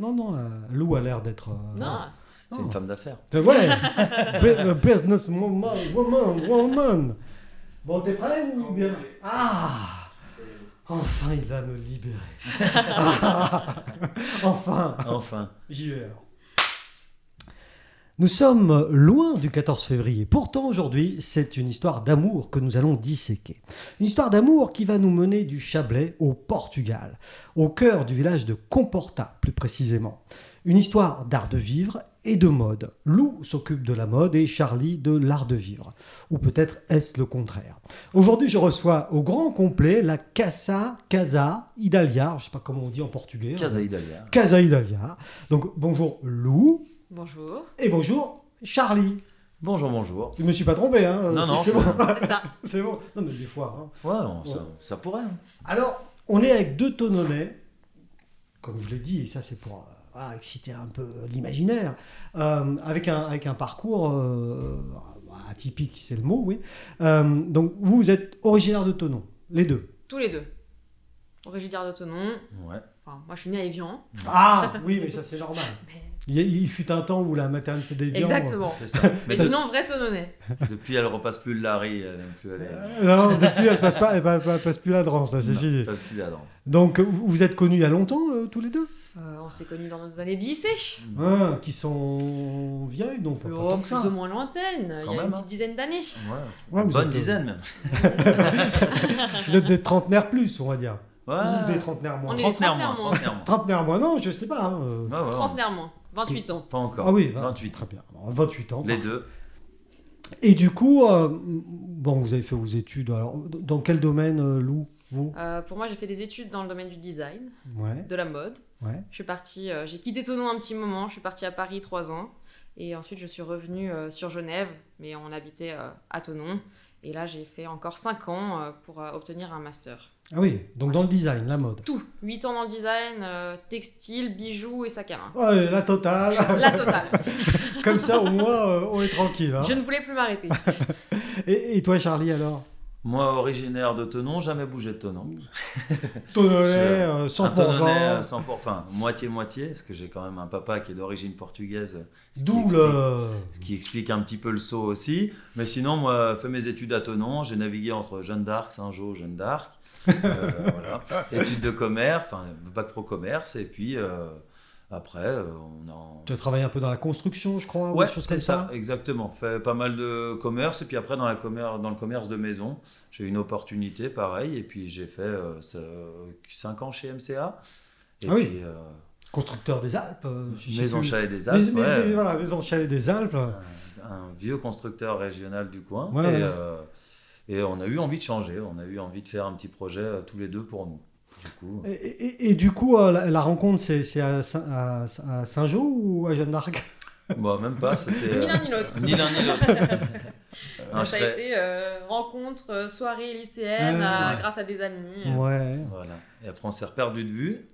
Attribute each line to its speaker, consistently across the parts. Speaker 1: Non, non, euh, Lou a l'air d'être. euh,
Speaker 2: Non,
Speaker 1: non.
Speaker 3: C'est une femme d'affaires.
Speaker 1: Euh, Ouais Bu- euh, Business woman, woman, woman. Bon, t'es prêt ou bien Ah Enfin, il va me libérer. Ah enfin
Speaker 3: Enfin.
Speaker 1: J'y vais alors. Nous sommes loin du 14 février. Pourtant, aujourd'hui, c'est une histoire d'amour que nous allons disséquer. Une histoire d'amour qui va nous mener du Chablais au Portugal, au cœur du village de Comporta, plus précisément. Une histoire d'art de vivre et de mode. Lou s'occupe de la mode et Charlie de l'art de vivre. Ou peut-être est-ce le contraire. Aujourd'hui, je reçois au grand complet la Casa Casa Idalia. Je ne sais pas comment on dit en portugais.
Speaker 3: Casa Idalia.
Speaker 1: Casa Idalia. Donc bonjour Lou
Speaker 2: bonjour.
Speaker 1: et bonjour Charlie.
Speaker 3: Bonjour, bonjour.
Speaker 1: Je me suis pas trompé, hein
Speaker 3: Non,
Speaker 1: euh,
Speaker 3: non,
Speaker 1: c'est
Speaker 3: c'est
Speaker 1: bon.
Speaker 2: C'est ça.
Speaker 1: c'est bon. Non mais des fois. hein.
Speaker 3: Ouais, on- Ça, ça pourrait. hein.
Speaker 1: Alors on est avec deux tononnets, comme je l'ai dit, et ça c'est pour euh, voilà, exciter un peu l'imaginaire, euh, avec un avec un parcours euh, atypique, c'est le mot, oui. Euh, donc vous êtes originaire de Tonon, les deux.
Speaker 2: Tous les deux. Originaire d'Autonon.
Speaker 3: Ouais.
Speaker 2: Enfin, moi, je suis née à Evian.
Speaker 1: Ah oui, mais ça c'est normal. Il, y a- il fut un temps où la maternité des Viandes-
Speaker 2: Exactement.
Speaker 3: C'est ça.
Speaker 2: Mais
Speaker 3: Mais
Speaker 2: sinon, en vrai tononnet.
Speaker 3: depuis, elle repasse plus le Larry, elle n'aime plus aller.
Speaker 1: Euh, Non, depuis elle passe pas, elle pa- pa- passe plus la drance, là, c'est
Speaker 3: Non,
Speaker 1: fini.
Speaker 3: Pas plus la danse.
Speaker 1: Donc, vous vous êtes connus il y a longtemps, euh, tous les deux
Speaker 2: Euh, on s'est connus dans nos années de lycée.
Speaker 1: Hein, Qui sont vieilles, non pas, pas
Speaker 2: Oh,
Speaker 1: tant que
Speaker 2: plus
Speaker 1: ça.
Speaker 2: ou moins lointaine. Il y
Speaker 3: Quand
Speaker 2: a une
Speaker 3: même,
Speaker 2: petite
Speaker 3: hein.
Speaker 2: dizaine d'années.
Speaker 3: Ouais.
Speaker 1: Ouais, vous
Speaker 3: Bonne
Speaker 1: êtes- euh,
Speaker 3: dizaine même.
Speaker 1: Vous êtes des trentenaires plus, on va dire. Ou
Speaker 3: Ouais.
Speaker 1: des trentenaires moins.
Speaker 2: Ah. On est-
Speaker 3: Trentenaire
Speaker 2: trentenaire
Speaker 3: moins. Trentenaire moins.
Speaker 1: Trentenaires moins, non, je sais pas. hein, euh.
Speaker 3: Ouais, ouais, ouais.
Speaker 2: Trentenaire moins. 28 ans.
Speaker 3: Pas encore.
Speaker 1: Ah oui, vingt-
Speaker 3: 28.
Speaker 1: Très bien, Alors, 28 ans.
Speaker 3: Les deux.
Speaker 1: Et du coup, euh, bon, vous avez fait vos études. Alors, dans quel domaine, euh, Lou Vous
Speaker 2: Euh, pour moi, j'ai fait des études dans le domaine du design,
Speaker 1: Ouais,
Speaker 2: de la mode.
Speaker 1: ouais.
Speaker 2: Je suis partie, euh, j'ai quitté Tonon un petit moment. Je suis partie à Paris trois ans. Et ensuite, je suis revenue euh, sur Genève, mais on habitait euh, à Tonon. Et là, j'ai fait encore 5 ans euh, pour euh, obtenir un master.
Speaker 1: Ah oui, donc dans le design, la mode.
Speaker 2: Tout. 8 ans dans le design, euh, textile, bijoux et sac à main.
Speaker 1: Ouais, la totale.
Speaker 2: La totale.
Speaker 1: Comme ça, au moins, euh, on est tranquille. hein.
Speaker 2: Je ne voulais plus m'arrêter.
Speaker 1: Et, et toi, Charlie, alors
Speaker 3: Moi, originaire de Tenon, jamais bougé de Tenon.
Speaker 1: Tonnelet,
Speaker 3: Je-
Speaker 1: euh,
Speaker 3: Un Tenonnais, euh,
Speaker 1: 100%.
Speaker 3: 100%, enfin, moitié-moitié, parce que j'ai quand même un papa qui est d'origine portugaise. ce qui
Speaker 1: D'où
Speaker 3: explique-
Speaker 1: le.
Speaker 3: Ce qui explique un petit peu le saut aussi. Mais sinon, moi, fait mes études à Tonon, j'ai navigué entre Jeanne d'Arc, Saint-Jean, Jeanne d'Arc. Euh, voilà. Études de commerce, enfin, bac pro commerce. Et puis, euh, après, euh, on en.
Speaker 1: Tu as travaillé un peu dans la construction, je crois, ou
Speaker 3: Ouais,
Speaker 1: des choses
Speaker 3: c'est
Speaker 1: comme
Speaker 3: ça, exactement. Fait pas mal de commerce, et puis après, dans, la commer- dans le commerce de maison, j'ai eu une opportunité, pareil, et puis j'ai fait 5 ans chez MCA. Et
Speaker 1: Ah oui.
Speaker 3: puis, euh,
Speaker 1: Constructeur des Alpes. euh, je sais
Speaker 3: Maison
Speaker 1: plus.
Speaker 3: Chalet des Alpes,
Speaker 1: Mais- mais-
Speaker 3: ouais,
Speaker 1: mais voilà, Maison Chalet des Alpes.
Speaker 3: un vieux constructeur régional du coin.
Speaker 1: Ouais,
Speaker 3: et,
Speaker 1: ouais.
Speaker 3: euh, et on a eu envie de changer, on a eu envie de faire un petit projet euh, tous les deux pour nous. Du coup,
Speaker 1: Et, et- et du coup, euh, la, la rencontre, c'est c'est à, Saint- à- à Saint-Jean ou à Jeanne d'Arc
Speaker 3: moi, même pas, c'était.
Speaker 2: Ni
Speaker 3: euh,
Speaker 2: l'un ni l'autre.
Speaker 3: Ni l'un ni l'autre. Un
Speaker 2: Donc, ça a
Speaker 3: chret-
Speaker 2: été euh, rencontre, euh, soirée lycéenne,
Speaker 1: Euh, Ouais.
Speaker 2: à-
Speaker 3: Ouais.
Speaker 2: grâce à des amis.
Speaker 1: Ouais.
Speaker 3: Voilà. Et après, on s'est reperdu de vue.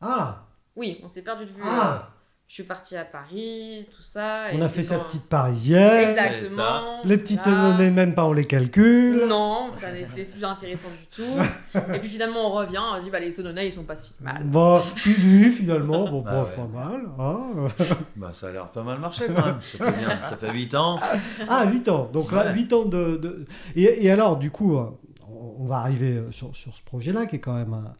Speaker 1: Ah,
Speaker 2: Oui, on s'est perdu de vue.
Speaker 1: ah
Speaker 2: Je suis partie à Paris, tout ça. et
Speaker 1: On a
Speaker 2: c'est
Speaker 1: fait sa
Speaker 2: quand-
Speaker 1: petite parisienne.
Speaker 3: C'est ça.
Speaker 2: Exactement.
Speaker 1: Les petits
Speaker 2: voilà.
Speaker 1: tononnets, même pas, on les calcule.
Speaker 2: Non, ça n'est- c'est plus intéressant du tout. et puis finalement, on revient, on dit bah, les tononnets, ils sont pas si mal.
Speaker 1: Bon, puis lui, finalement, bon,
Speaker 3: Bah
Speaker 1: bah,
Speaker 3: ouais.
Speaker 1: pas mal. hein.
Speaker 3: Bah, ça a l'air pas mal marché quand même. Ça fait bien, ça fait 8 ans.
Speaker 1: Ah, 8 ans. Donc là,
Speaker 3: Ouais.
Speaker 1: 8 ans de. de- Et, et alors, du coup, euh, on on va arriver euh, sur, sur ce projet-là, qui est quand même un-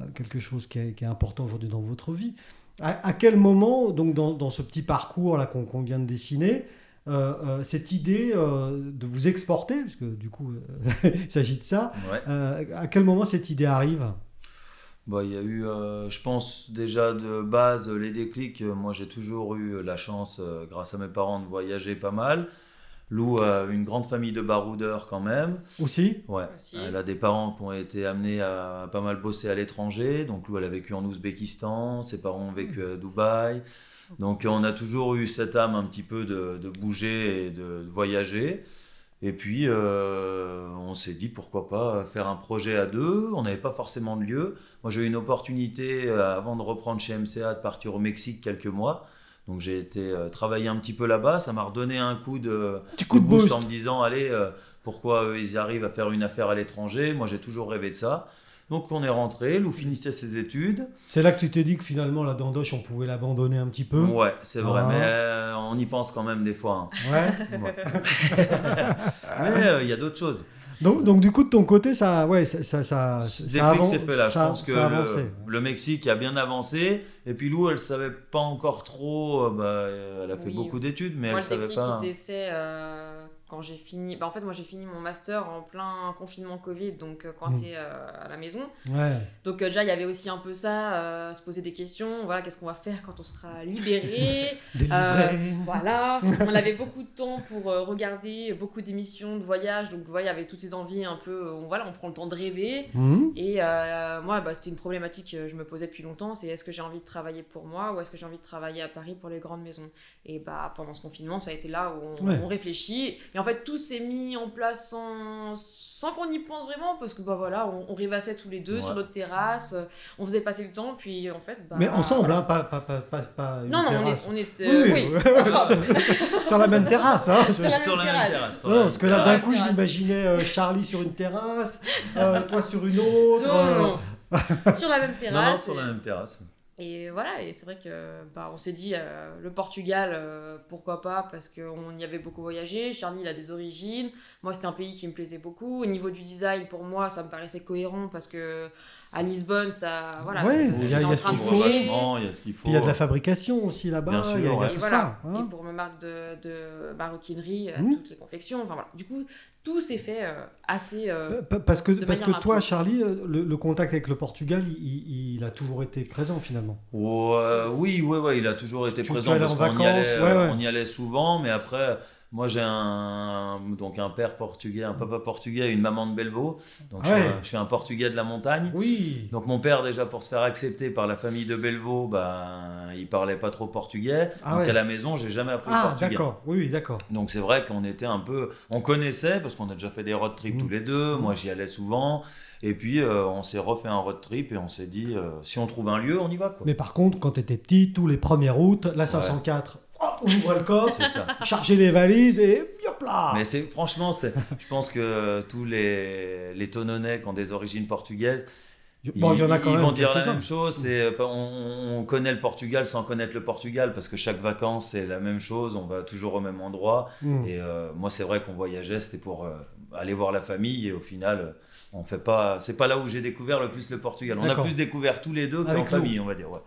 Speaker 1: euh, quelque chose qui est, qui est important aujourd'hui dans votre vie. À, à quel moment, donc dans, dans ce petit parcours là qu'on qu'on vient de dessiner, euh, euh, cette idée euh, de vous exporter, parce que du coup, euh, il s'agit de ça,
Speaker 3: Ouais.
Speaker 1: euh, à quel moment cette idée arrive
Speaker 3: Bah, il y a eu, euh, je pense déjà de base, euh, les déclics. Euh, Moi, j'ai toujours eu la chance, euh, grâce à mes parents, de voyager pas mal. Lou a une grande famille de baroudeurs quand même.
Speaker 1: Aussi
Speaker 3: Ouais.
Speaker 2: Aussi.
Speaker 3: Elle a des parents qui ont été amenés à pas mal bosser à l'étranger. Donc Lou, elle a vécu en Ouzbékistan, ses parents ont vécu à Dubaï. Donc euh, on a toujours eu cette âme un petit peu de, de bouger et de, de voyager. Et puis euh, on s'est dit pourquoi pas faire un projet à deux. On n'avait pas forcément de lieu. Moi j'ai eu une opportunité euh, avant de reprendre chez MCA de partir au Mexique quelques mois. Donc j'ai été euh, travailler un petit peu là-bas. Ça m'a redonné un coup de
Speaker 1: Petit coup de
Speaker 3: boost,
Speaker 1: boost.
Speaker 3: euh, en me disant allez euh, pourquoi eux, ils arrivent à faire une affaire à l'étranger moi j'ai toujours rêvé de ça Donc on est rentré, Lou finissait ses études.
Speaker 1: C'est là que tu t'es dit que finalement la dandoche, on pouvait l'abandonner un petit peu.
Speaker 3: Ouais, c'est vrai,
Speaker 1: Ah.
Speaker 3: mais euh, on y pense quand même des fois. hein.
Speaker 1: Ouais.
Speaker 3: Ouais.
Speaker 1: Ah.
Speaker 3: mais euh, il y a d'autres choses.
Speaker 1: Donc, donc du coup, de ton côté, ça, ouais, ça, ça, Ah, ça,
Speaker 3: Depuis
Speaker 1: ça
Speaker 3: que
Speaker 1: avance.
Speaker 3: c'est fait là,
Speaker 1: ça-
Speaker 3: je pense que
Speaker 1: ça avançait.
Speaker 3: le, le Mexique a bien avancé. Et puis Lou, elle savait pas encore trop. euh, bah, euh, elle a fait
Speaker 2: Oui.
Speaker 3: beaucoup d'études, mais
Speaker 2: moi,
Speaker 3: elle
Speaker 2: le
Speaker 3: savait
Speaker 2: déclic,
Speaker 3: pas.
Speaker 2: il s'est fait euh, quand j'ai fini. Bah, en fait, moi, j'ai fini mon master en plein confinement Covid, donc euh, coincé euh, à la maison.
Speaker 1: Ouais.
Speaker 2: Donc, euh, déjà, il y avait aussi un peu ça, euh, se poser des questions. Voilà, qu'est-ce qu'on va faire quand on sera libéré
Speaker 1: Délivré.
Speaker 2: Euh, Voilà, on avait beaucoup de temps pour euh, regarder beaucoup d'émissions de voyage, donc vous voyez, avec toutes ces envies un peu, euh, on, voilà, on prend le temps de rêver.
Speaker 1: Mhm.
Speaker 2: Et euh, moi, bah, c'était une problématique que je me posais depuis longtemps, c'est est-ce que j'ai envie de travailler pour moi ou est-ce que j'ai envie de travailler à Paris pour les grandes maisons Et bah pendant ce confinement, ça a été là où on,
Speaker 1: Ouais.
Speaker 2: on réfléchit. Et en fait, tout s'est mis en place sans, sans qu'on y pense vraiment, parce que bah voilà, on, on rêvassait tous les deux
Speaker 3: Ouais.
Speaker 2: sur notre terrasse, euh, on faisait passer le temps, puis en fait, bah,
Speaker 1: Mais ensemble, hein, pas, pas, pas, pas, pas une
Speaker 2: Non, non, on,
Speaker 1: terrasse.
Speaker 2: est, on était...
Speaker 1: Oui,
Speaker 2: oui,
Speaker 1: oui.
Speaker 2: ensemble.
Speaker 1: sur la même terrasse. Hein,
Speaker 2: Sur la
Speaker 3: Sur
Speaker 2: même
Speaker 3: la même
Speaker 2: terrasse.
Speaker 3: terrasse.
Speaker 1: Non, parce que là, d'un
Speaker 2: Ouais,
Speaker 1: coup, je
Speaker 2: terrasse.
Speaker 1: m'imaginais euh, Charlie sur une terrasse, euh, toi sur une autre. euh,
Speaker 2: Non, non. sur la même
Speaker 3: Non, non,
Speaker 2: terrasse.
Speaker 3: sur la même terrasse.
Speaker 2: et, et voilà, et c'est vrai que bah, on s'est dit euh, le Portugal, euh, pourquoi pas, parce qu'on y avait beaucoup voyagé. Charlie, il a des origines. Moi, c'était un pays qui me plaisait beaucoup. Au niveau du design, pour moi, ça me paraissait cohérent parce que à Lisbonne, ça. Voilà,
Speaker 1: Ouais,
Speaker 2: ça- ça-
Speaker 1: il y a- il
Speaker 2: c'est
Speaker 1: y a
Speaker 2: en
Speaker 1: ce
Speaker 2: train
Speaker 1: qu'il
Speaker 2: de
Speaker 1: faut.
Speaker 3: Ouvre
Speaker 2: bouger.
Speaker 3: vachement, il y a ce qu'il faut.
Speaker 1: Puis il y a de la fabrication aussi là-bas,
Speaker 3: Bien sûr,
Speaker 1: il y a, il y a
Speaker 3: ouais.
Speaker 2: Et
Speaker 1: tout
Speaker 2: voilà.
Speaker 1: ça. hein.
Speaker 2: Et pour ma marque de, de maroquinerie, euh,
Speaker 1: Mhm.
Speaker 2: toutes les confections, enfin voilà. Du coup, tout s'est fait euh, assez. euh,
Speaker 1: Pa- pa- Parce que,
Speaker 2: de
Speaker 1: parce que
Speaker 2: manière
Speaker 1: toi,
Speaker 2: rapide.
Speaker 1: Charlie, euh, le, le contact avec le Portugal, il, il- il a toujours été présent finalement.
Speaker 3: Ouais, euh, oui, ouais, ouais, il a toujours été
Speaker 1: Tu peux
Speaker 3: présent
Speaker 1: aller
Speaker 3: parce
Speaker 1: en
Speaker 3: qu'on y,
Speaker 1: vacances,
Speaker 3: allait,
Speaker 1: ouais,
Speaker 3: euh,
Speaker 1: ouais.
Speaker 3: on y allait souvent, mais après, moi j'ai un, donc un père portugais, un papa portugais et une maman de Belvaux, donc je,
Speaker 1: Ouais.
Speaker 3: suis un, je suis un portugais de la montagne.
Speaker 1: Oui.
Speaker 3: Donc mon père déjà pour se faire accepter par la famille de Belvaux, ben, il parlait pas trop portugais,
Speaker 1: Ah
Speaker 3: donc
Speaker 1: ouais.
Speaker 3: à la maison j'ai jamais appris le
Speaker 1: Ah,
Speaker 3: portugais.
Speaker 1: d'accord. Oui, oui, d'accord.
Speaker 3: Donc c'est vrai qu'on était un peu, on connaissait parce qu'on a déjà fait des road trips
Speaker 1: Mm.
Speaker 3: tous les deux.
Speaker 1: Mm.
Speaker 3: Moi j'y allais souvent. Et puis euh, on s'est refait un road trip et on s'est dit euh, si on trouve un lieu, on y va quoi.
Speaker 1: Mais par contre, quand tu étais petit, tous les premières routes, la 504, hop, on ouvre le coffre,
Speaker 3: C'est ça.
Speaker 1: charger les valises et hop là
Speaker 3: Mais c'est franchement, c'est, je pense que tous les les Tononnais qui ont des origines portugaises,
Speaker 1: Bon,
Speaker 3: ils,
Speaker 1: il y en a quand
Speaker 3: ils
Speaker 1: même
Speaker 3: vont dire la
Speaker 1: quelques-uns.
Speaker 3: même chose. C'est euh, on, on connaît le Portugal sans connaître le Portugal parce que chaque vacances c'est la même chose. On va toujours au même endroit.
Speaker 1: Mm.
Speaker 3: Et euh, moi, c'est vrai qu'on voyageait, c'était pour euh, aller voir la famille. Et au final, euh, on fait pas. C'est pas là où j'ai découvert le plus le Portugal. On a
Speaker 1: D'accord.
Speaker 3: plus découvert tous les deux qu'en
Speaker 1: Avec Lou.
Speaker 3: famille, on va dire. ouais.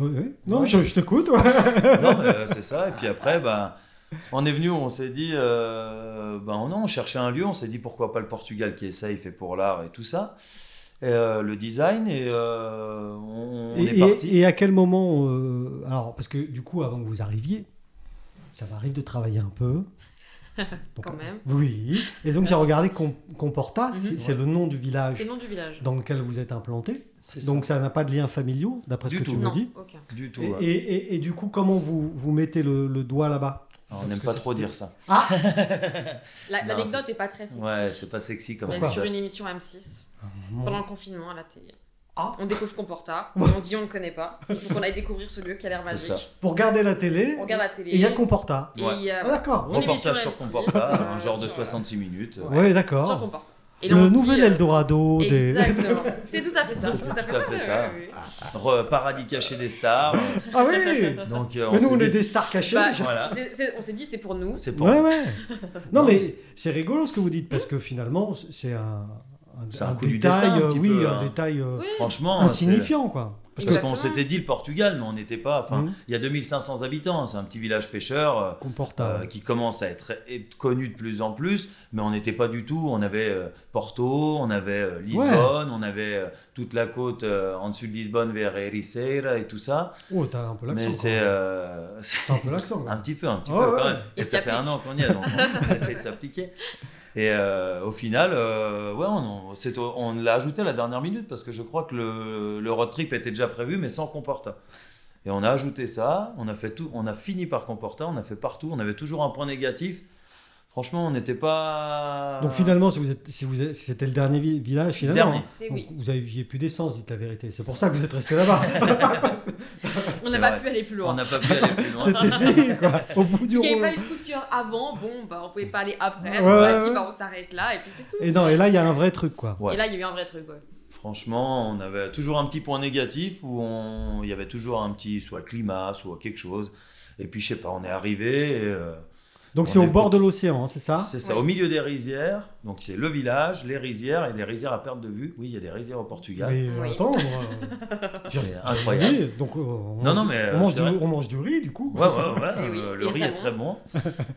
Speaker 1: Oui, oui. Non,
Speaker 3: Ouais.
Speaker 1: je, je t'écoute. ouais.
Speaker 3: non, mais, euh, c'est ça. Et puis après, ben, on est venu, on s'est dit, euh, ben non, on cherchait un lieu. On s'est dit pourquoi pas le Portugal qui est safe et pour l'art et tout ça. Et, euh, le design et euh, on, on
Speaker 1: Et,
Speaker 3: est parti.
Speaker 1: et- et à quel moment euh, Alors, parce que du coup, avant que vous arriviez, ça m'arrive de travailler un peu. Donc,
Speaker 2: Quand même.
Speaker 1: Oui. Et donc, j'ai regardé Com- Comporta, c'est
Speaker 2: Mhm.
Speaker 1: c'est le nom du
Speaker 2: C'est
Speaker 1: village
Speaker 2: le nom du village.
Speaker 1: dans lequel vous êtes implanté.
Speaker 3: C'est ça.
Speaker 1: Donc, ça n'a pas de lien familial, d'après ce
Speaker 3: Du
Speaker 1: que
Speaker 3: tout.
Speaker 1: tu me
Speaker 2: non,
Speaker 1: dis.
Speaker 2: aucun.
Speaker 3: du tout. hein.
Speaker 1: Et,
Speaker 3: ouais.
Speaker 1: et- et- et du coup, comment vous, vous mettez le, le doigt là-bas
Speaker 3: on
Speaker 1: parce
Speaker 3: n'aime
Speaker 1: que
Speaker 3: pas
Speaker 1: ça,
Speaker 3: trop
Speaker 1: c'était-
Speaker 3: dire ça.
Speaker 2: La-
Speaker 3: Non,
Speaker 2: L'anecdote n'est pas très sexy.
Speaker 3: Ouais, c'est pas sexy comme
Speaker 2: Mais
Speaker 1: Pourquoi
Speaker 2: sur une émission M6, pendant le confinement à la télé.
Speaker 1: Ah.
Speaker 2: On découvre Comporta, et on se dit on ne connaît pas. Il faut qu'on aille découvrir ce lieu qui a l'air
Speaker 3: C'est
Speaker 2: magique.
Speaker 3: ça.
Speaker 1: Vous regardez la télé,
Speaker 2: On regarde la
Speaker 1: et
Speaker 2: télé.
Speaker 1: il y a Comporta.
Speaker 2: et euh, il y a-
Speaker 1: Ah, d'accord.
Speaker 2: Une émission
Speaker 3: Reportage sur
Speaker 2: M6,
Speaker 3: Comporta,
Speaker 2: euh,
Speaker 3: un genre de
Speaker 2: sur-
Speaker 3: 66 minutes.
Speaker 1: Oui, d'accord.
Speaker 2: Sur Comporta. Et là, on
Speaker 1: le
Speaker 2: se dit,
Speaker 1: nouvel
Speaker 2: euh,
Speaker 1: Eldorado des.
Speaker 2: Exactement. C'est tout à fait ça.
Speaker 3: C'est
Speaker 2: C'est tout à fait ça. ouais,
Speaker 3: ça.
Speaker 2: ouais, ouais.
Speaker 3: Re- paradis caché des stars.
Speaker 1: ah oui
Speaker 3: Donc, euh,
Speaker 1: Mais nous,
Speaker 3: s'est
Speaker 1: on
Speaker 3: dit-
Speaker 1: est des stars cachées.
Speaker 2: Bah,
Speaker 3: Voilà.
Speaker 2: C'est- c'est- on s'est dit c'est pour nous.
Speaker 3: C'est pour
Speaker 1: Ouais, ouais. Non,
Speaker 3: Non,
Speaker 1: mais c'est rigolo ce que vous dites, parce que finalement, c'est un, un,
Speaker 3: C'est un coup du
Speaker 1: détail,
Speaker 3: destin, un
Speaker 1: euh,
Speaker 3: petit
Speaker 1: oui,
Speaker 3: peu,
Speaker 1: un
Speaker 3: hein.
Speaker 1: détail euh,
Speaker 2: Oui.
Speaker 3: Franchement,
Speaker 1: insignifiant, quoi.
Speaker 3: c'est-
Speaker 1: Parce
Speaker 3: parce
Speaker 1: que
Speaker 3: qu'on
Speaker 2: Exactement.
Speaker 3: s'était dit le Portugal, mais on n'était pas. Enfin,
Speaker 1: Mhm.
Speaker 3: il y a 2500 habitants, c'est un petit village pêcheur euh,
Speaker 1: Comporta.
Speaker 3: euh, qui commence à être, être connu de plus en plus, mais on n'était pas du tout. On avait euh, Porto, on avait euh, Lisbonne, on avait euh, toute la côte euh, en dessus de Lisbonne vers Ericeira et tout ça.
Speaker 1: Oh, t'as un peu l'accent.
Speaker 3: Mais
Speaker 1: quoi.
Speaker 3: c'est euh, c'est-
Speaker 1: T'as un peu l'accent. quoi.
Speaker 3: Un petit peu, un petit
Speaker 1: Ouais,
Speaker 3: peu
Speaker 1: ouais.
Speaker 3: quand même. Et,
Speaker 2: Il
Speaker 3: ça fait
Speaker 2: s'applique.
Speaker 3: un an qu'on y est, donc on essaie de s'appliquer. Et euh, au final, euh, ouais, on, on- c'est- on l'a ajouté à la dernière minute parce que je crois que le, le road trip était déjà prévu, mais sans Comporta. Et on a ajouté ça, on a, fait tout, on a fini par Comporta, on a fait partout, on avait toujours un point négatif. Franchement, on n'était pas.
Speaker 1: Donc finalement, si, vous êtes, si, vous êtes- si c'était le dernier vi- village, finalement,
Speaker 3: Dernier.
Speaker 2: C'était
Speaker 1: donc
Speaker 2: Eh oui.
Speaker 1: vous aviez plus d'essence, dites la vérité. C'est pour ça que vous êtes resté là-bas.
Speaker 2: On
Speaker 3: C'est
Speaker 2: n'a pas
Speaker 3: vrai.
Speaker 2: pu aller plus
Speaker 3: on
Speaker 2: loin.
Speaker 3: n'a pas pu aller plus loin.
Speaker 1: C'était fini, quoi. Au bout du
Speaker 2: Il n'y avait
Speaker 1: rouleau.
Speaker 2: pas eu de coup de cœur avant, bon, bah, on pouvait pas aller après.
Speaker 1: Ouais.
Speaker 2: On a dit, bah, on s'arrête là, et puis c'est tout.
Speaker 1: Et non, et là, il y a un vrai truc, quoi.
Speaker 3: Ouais.
Speaker 2: Et là, il y a eu un vrai truc. ouais.
Speaker 3: Franchement, on avait toujours un petit point négatif où on... il y avait toujours un petit, soit le climat, soit quelque chose. Et puis, je sais pas, on est arrivé. et, euh,
Speaker 1: Donc
Speaker 3: On
Speaker 1: c'est au
Speaker 3: est-
Speaker 1: bord de l'océan, hein, c'est ça
Speaker 3: c'est ça,
Speaker 2: Oui.
Speaker 3: au milieu des rizières. Donc, c'est le village, les rizières et des rizières à perte de vue. Oui, il y a des rizières au Portugal.
Speaker 1: Mais
Speaker 2: Oui.
Speaker 1: attends, moi,
Speaker 3: C'est
Speaker 1: euh,
Speaker 3: incroyable.
Speaker 1: oui, donc euh, on,
Speaker 3: Non,
Speaker 1: mange-
Speaker 3: non, mais. euh,
Speaker 1: on mange
Speaker 3: c'est
Speaker 1: du,
Speaker 3: vrai.
Speaker 1: on mange du riz, du coup.
Speaker 3: Ouais, ouais, ouais.
Speaker 2: Et oui,
Speaker 3: euh,
Speaker 2: et
Speaker 3: le riz
Speaker 2: ça
Speaker 3: est
Speaker 2: va.
Speaker 3: très bon.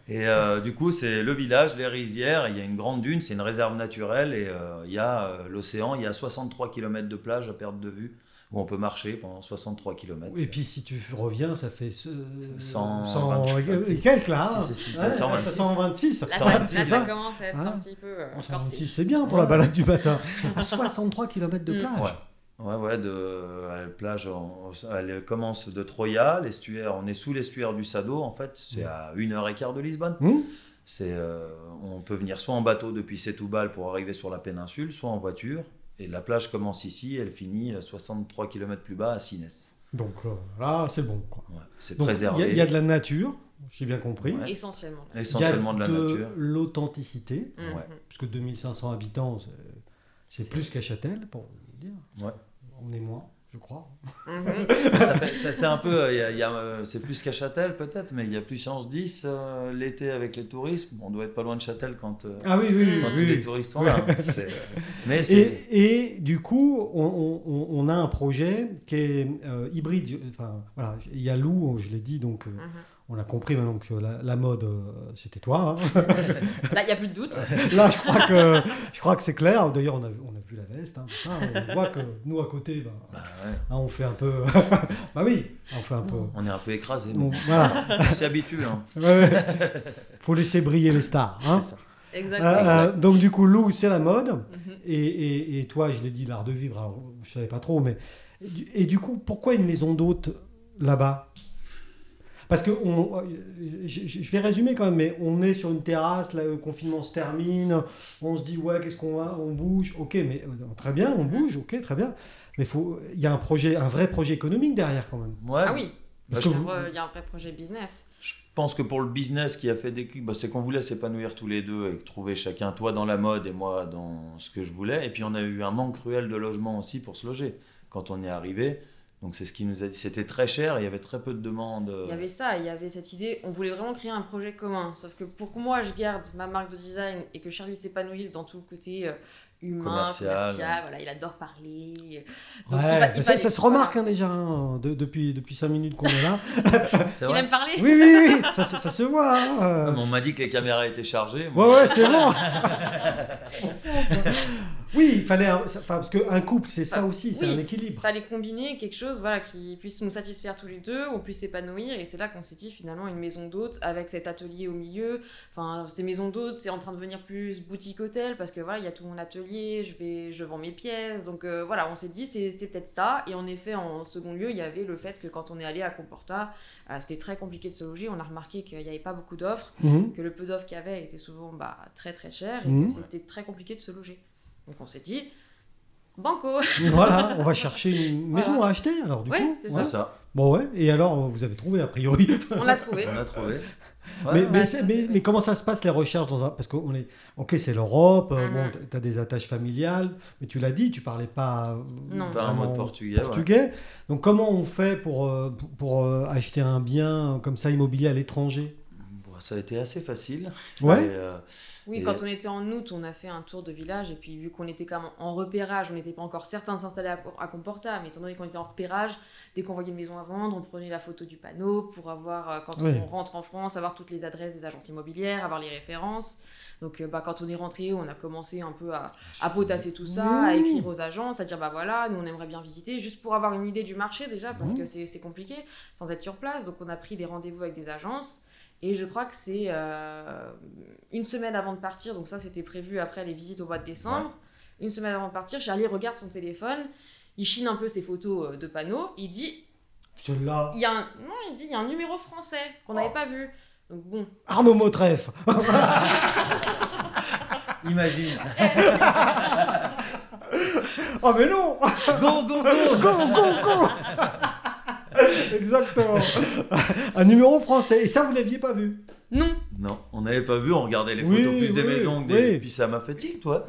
Speaker 3: Et euh, du coup, c'est le village, les rizières. Il y a une grande dune, c'est une réserve naturelle. Et euh, il y a euh, l'océan, il y a 63 km de plage à perte de vue où on peut marcher pendant 63 km.
Speaker 1: Et puis si tu reviens, ça fait ce-
Speaker 3: Cent-
Speaker 1: cent-
Speaker 3: vingt-six.
Speaker 1: et quelques là hein
Speaker 3: Si, si, si,
Speaker 1: Ouais,
Speaker 3: Ah, c'est 126.
Speaker 1: 126.
Speaker 2: Là,
Speaker 3: Ça
Speaker 2: ça,
Speaker 3: va,
Speaker 2: là,
Speaker 1: c'est
Speaker 2: ça
Speaker 1: ça.
Speaker 2: commence à être
Speaker 1: Hein
Speaker 2: un petit peu euh,
Speaker 1: 126,
Speaker 2: corsé.
Speaker 1: c'est bien pour la balade du matin. À 63 km de
Speaker 2: Mm.
Speaker 1: plage.
Speaker 3: Ouais. Ouais, ouais, de à la plage, on- on- elle commence de Troya, l'estuaire, on est sous l'estuaire du Sado, en fait, c'est
Speaker 1: Mm.
Speaker 3: à une heure et quart de Lisbonne.
Speaker 1: Mm.
Speaker 3: C'est, euh, on peut venir soit en bateau depuis Setúbal pour arriver sur la péninsule, soit en voiture. Et la plage commence ici, elle finit 63 km plus bas à Sines.
Speaker 1: Donc euh, là, c'est bon. quoi.
Speaker 3: Ouais, c'est
Speaker 1: Donc, Il y, a-
Speaker 3: préservé
Speaker 1: il y a de la nature, j'ai bien compris.
Speaker 3: Ouais.
Speaker 2: Essentiellement.
Speaker 3: essentiellement de,
Speaker 1: Il y a
Speaker 3: la nature.
Speaker 1: l'authenticité,
Speaker 2: Mhm.
Speaker 3: Ouais.
Speaker 1: puisque 2500 habitants, c'est- c'est
Speaker 2: C'est-
Speaker 1: plus qu'à Châtel, pour le dire.
Speaker 3: Ouais.
Speaker 1: On est moins, je crois.
Speaker 2: Mhm.
Speaker 3: Ça fait- ça- c'est un peu, euh, il y a- il y a, euh, c'est plus qu'à Châtel peut-être, mais il y a plus 110 euh, l'été avec les touristes. On doit être pas loin de Châtel quand. euh,
Speaker 1: Ah oui, oui, oui.
Speaker 3: quand
Speaker 1: oui,
Speaker 3: tous les
Speaker 1: oui.
Speaker 3: touristes sont
Speaker 1: Oui.
Speaker 3: là. C'est- euh, Mais c'est
Speaker 1: Et, et du coup, on, on- on a un projet qui est euh, hybride. Je- Enfin, voilà, il y a Lou, je l'ai dit, donc euh,
Speaker 2: Mhm.
Speaker 3: Uh-huh.
Speaker 1: on a compris maintenant que la, la mode, euh, c'était toi. hein.
Speaker 2: Là, il n'y a plus de doute.
Speaker 1: Là, je crois que je crois que c'est clair. D'ailleurs, on a, on a vu la veste, hein, tout ça. On voit que nous à côté, ben,
Speaker 3: Bah ouais. Mmh.
Speaker 1: hein, on fait un peu. bah oui, on fait un peu.
Speaker 3: on est un peu écrasé, mais
Speaker 1: On- voilà.
Speaker 3: on s'y habitue. hein.
Speaker 1: Ouais, ouais. Faut laisser briller les stars. hein.
Speaker 3: C'est ça.
Speaker 2: Exactement.
Speaker 1: Euh, euh, donc du coup, Lou, c'est la mode.
Speaker 2: Mhm.
Speaker 1: Et, et- et toi, je l'ai dit, l'art de vivre, alors, je savais pas trop, mais... Et du- Et du coup, pourquoi une maison d'hôte là-bas Parce que on, euh, je, je- je vais résumer quand même, mais on est sur une terrasse, là, le confinement se termine, on se dit, ouais, qu'est-ce qu'on va On bouge, ok, mais euh, très bien, on bouge, ok, très bien. Mais faut- il y a un projet, un vrai projet économique derrière quand même.
Speaker 3: Ouais.
Speaker 2: Ah oui,
Speaker 3: Bah,
Speaker 2: euh,
Speaker 1: Parce
Speaker 2: il
Speaker 1: que vous-
Speaker 2: y a un vrai projet business.
Speaker 3: Je pense que pour le business qui a fait des clics, bah, c'est qu'on voulait s'épanouir tous les deux et que trouver chacun, toi dans la mode et moi dans ce que je voulais. Et puis on a eu un manque cruel de logement aussi pour se loger quand on est arrivé. Donc c'est ce qui nous a dit. C'était très cher, et il y avait très peu de demandes.
Speaker 2: Il y avait ça, il y avait cette idée, on voulait vraiment créer un projet commun. Sauf que pour que moi, je garde ma marque de design et que Charlie s'épanouisse dans tout le côté euh, humain,
Speaker 3: Commercial.
Speaker 2: commercial, voilà, il adore parler.
Speaker 1: Ouais,
Speaker 2: Donc, il va- il
Speaker 1: mais
Speaker 2: va-
Speaker 1: ça, ça se remarque
Speaker 2: voilà.
Speaker 1: hein, déjà hein, de- depuis, depuis 5 minutes qu'on est là.
Speaker 3: C'est
Speaker 2: Il
Speaker 3: vrai.
Speaker 2: aime parler
Speaker 1: Oui, oui, oui, ça, se- ça se voit. hein, euh.
Speaker 3: Ah, mais on m'a dit que les caméras étaient chargées.
Speaker 1: Ouais,
Speaker 3: Moi,
Speaker 1: ouais, c'est bon. oui, il fallait. un- ça- enfin, parce qu'un couple, c'est ça
Speaker 2: Ah,
Speaker 1: aussi, c'est
Speaker 2: oui.
Speaker 1: un équilibre.
Speaker 2: fallait combiner quelque chose voilà qui puisse nous satisfaire tous les deux on puisse s'épanouir et c'est là qu'on s'est dit finalement une maison d'hôtes avec cet atelier au milieu enfin ces maisons d'hôtes c'est en train de devenir plus boutique hôtel parce que voilà il y a tout mon atelier je vais je vends mes pièces donc euh, voilà on s'est dit c'est c'est peut-être ça et en effet en second lieu il y avait le fait que quand on est allé à Comporta euh, c'était très compliqué de se loger on a remarqué qu'il n'y avait pas beaucoup d'offres
Speaker 1: Mhm.
Speaker 2: que le peu d'offres qu'il y avait était souvent bah, très très cher et
Speaker 1: Mhm.
Speaker 2: que c'était très compliqué de se loger donc on s'est dit banco
Speaker 1: Voilà, on va chercher une maison
Speaker 2: Voilà.
Speaker 1: à acheter alors du
Speaker 2: Ouais,
Speaker 1: coup.
Speaker 2: c'est
Speaker 1: ouais.
Speaker 3: c'est ça.
Speaker 1: Bon ouais. Et alors, vous avez trouvé a priori.
Speaker 2: on l'a trouvé
Speaker 3: On a trouvé.
Speaker 1: mais,
Speaker 3: Ouais,
Speaker 1: mais
Speaker 2: ouais.
Speaker 1: c'est- mais- mais comment ça se passe les recherches dans un parce qu'on est ok c'est l'Europe euh,
Speaker 2: Mhm.
Speaker 1: bon t'as des attaches familiales mais tu l'as dit tu parlais pas euh,
Speaker 2: Non.
Speaker 3: Pas un mot de
Speaker 1: vraiment
Speaker 3: portugais. ouais.
Speaker 1: portugais. donc comment on fait pour euh, pour, pour, euh, acheter un bien euh, comme ça immobilier à l'étranger
Speaker 3: Bon, ça a été assez facile.
Speaker 1: ouais
Speaker 3: Et, euh,
Speaker 2: Oui,
Speaker 3: Et-
Speaker 2: quand on était en août, on a fait un tour de village et puis vu qu'on était quand même en repérage, on n'était pas encore certains de s'installer à, à Comporta, mais étant donné qu'on était en repérage, dès qu'on voyait une maison à vendre, on prenait la photo du panneau pour avoir, euh, quand
Speaker 1: Oui.
Speaker 2: on rentre en France, avoir toutes les adresses des agences immobilières, avoir les références. Donc euh, bah, quand on est rentré, on a commencé un peu à,
Speaker 3: Ah,
Speaker 2: à potasser tout ça, à
Speaker 1: Oui.
Speaker 2: écrire aux agences, à dire bah voilà, nous on aimerait bien visiter, juste pour avoir une idée du marché déjà, parce
Speaker 1: Oui.
Speaker 2: que c'est c'est compliqué sans être sur place. Donc on a pris des rendez-vous avec des agences. Et je crois que c'est euh, une semaine avant de partir, donc ça c'était prévu après les visites au mois de décembre. Une semaine avant de partir, Charlie regarde son téléphone, il chine un peu ses photos euh, de panneaux, il dit
Speaker 1: celle-là
Speaker 3: Oh.
Speaker 2: il y a un non, il dit il y a un numéro français qu'on n'avait pas vu. Donc bon,
Speaker 1: Arnaud Motreff
Speaker 3: Imagine.
Speaker 1: Oh mais non
Speaker 3: go, go, go
Speaker 1: Go, go, go Exactement. Un numéro français. Et ça, vous l'aviez pas vu.
Speaker 2: non.
Speaker 3: Non, on n'avait pas vu, on regardait les
Speaker 1: Oui,
Speaker 3: photos plus des
Speaker 1: oui,
Speaker 3: maisons que des.
Speaker 1: oui.
Speaker 3: Puis ça m'a fait tic, toi.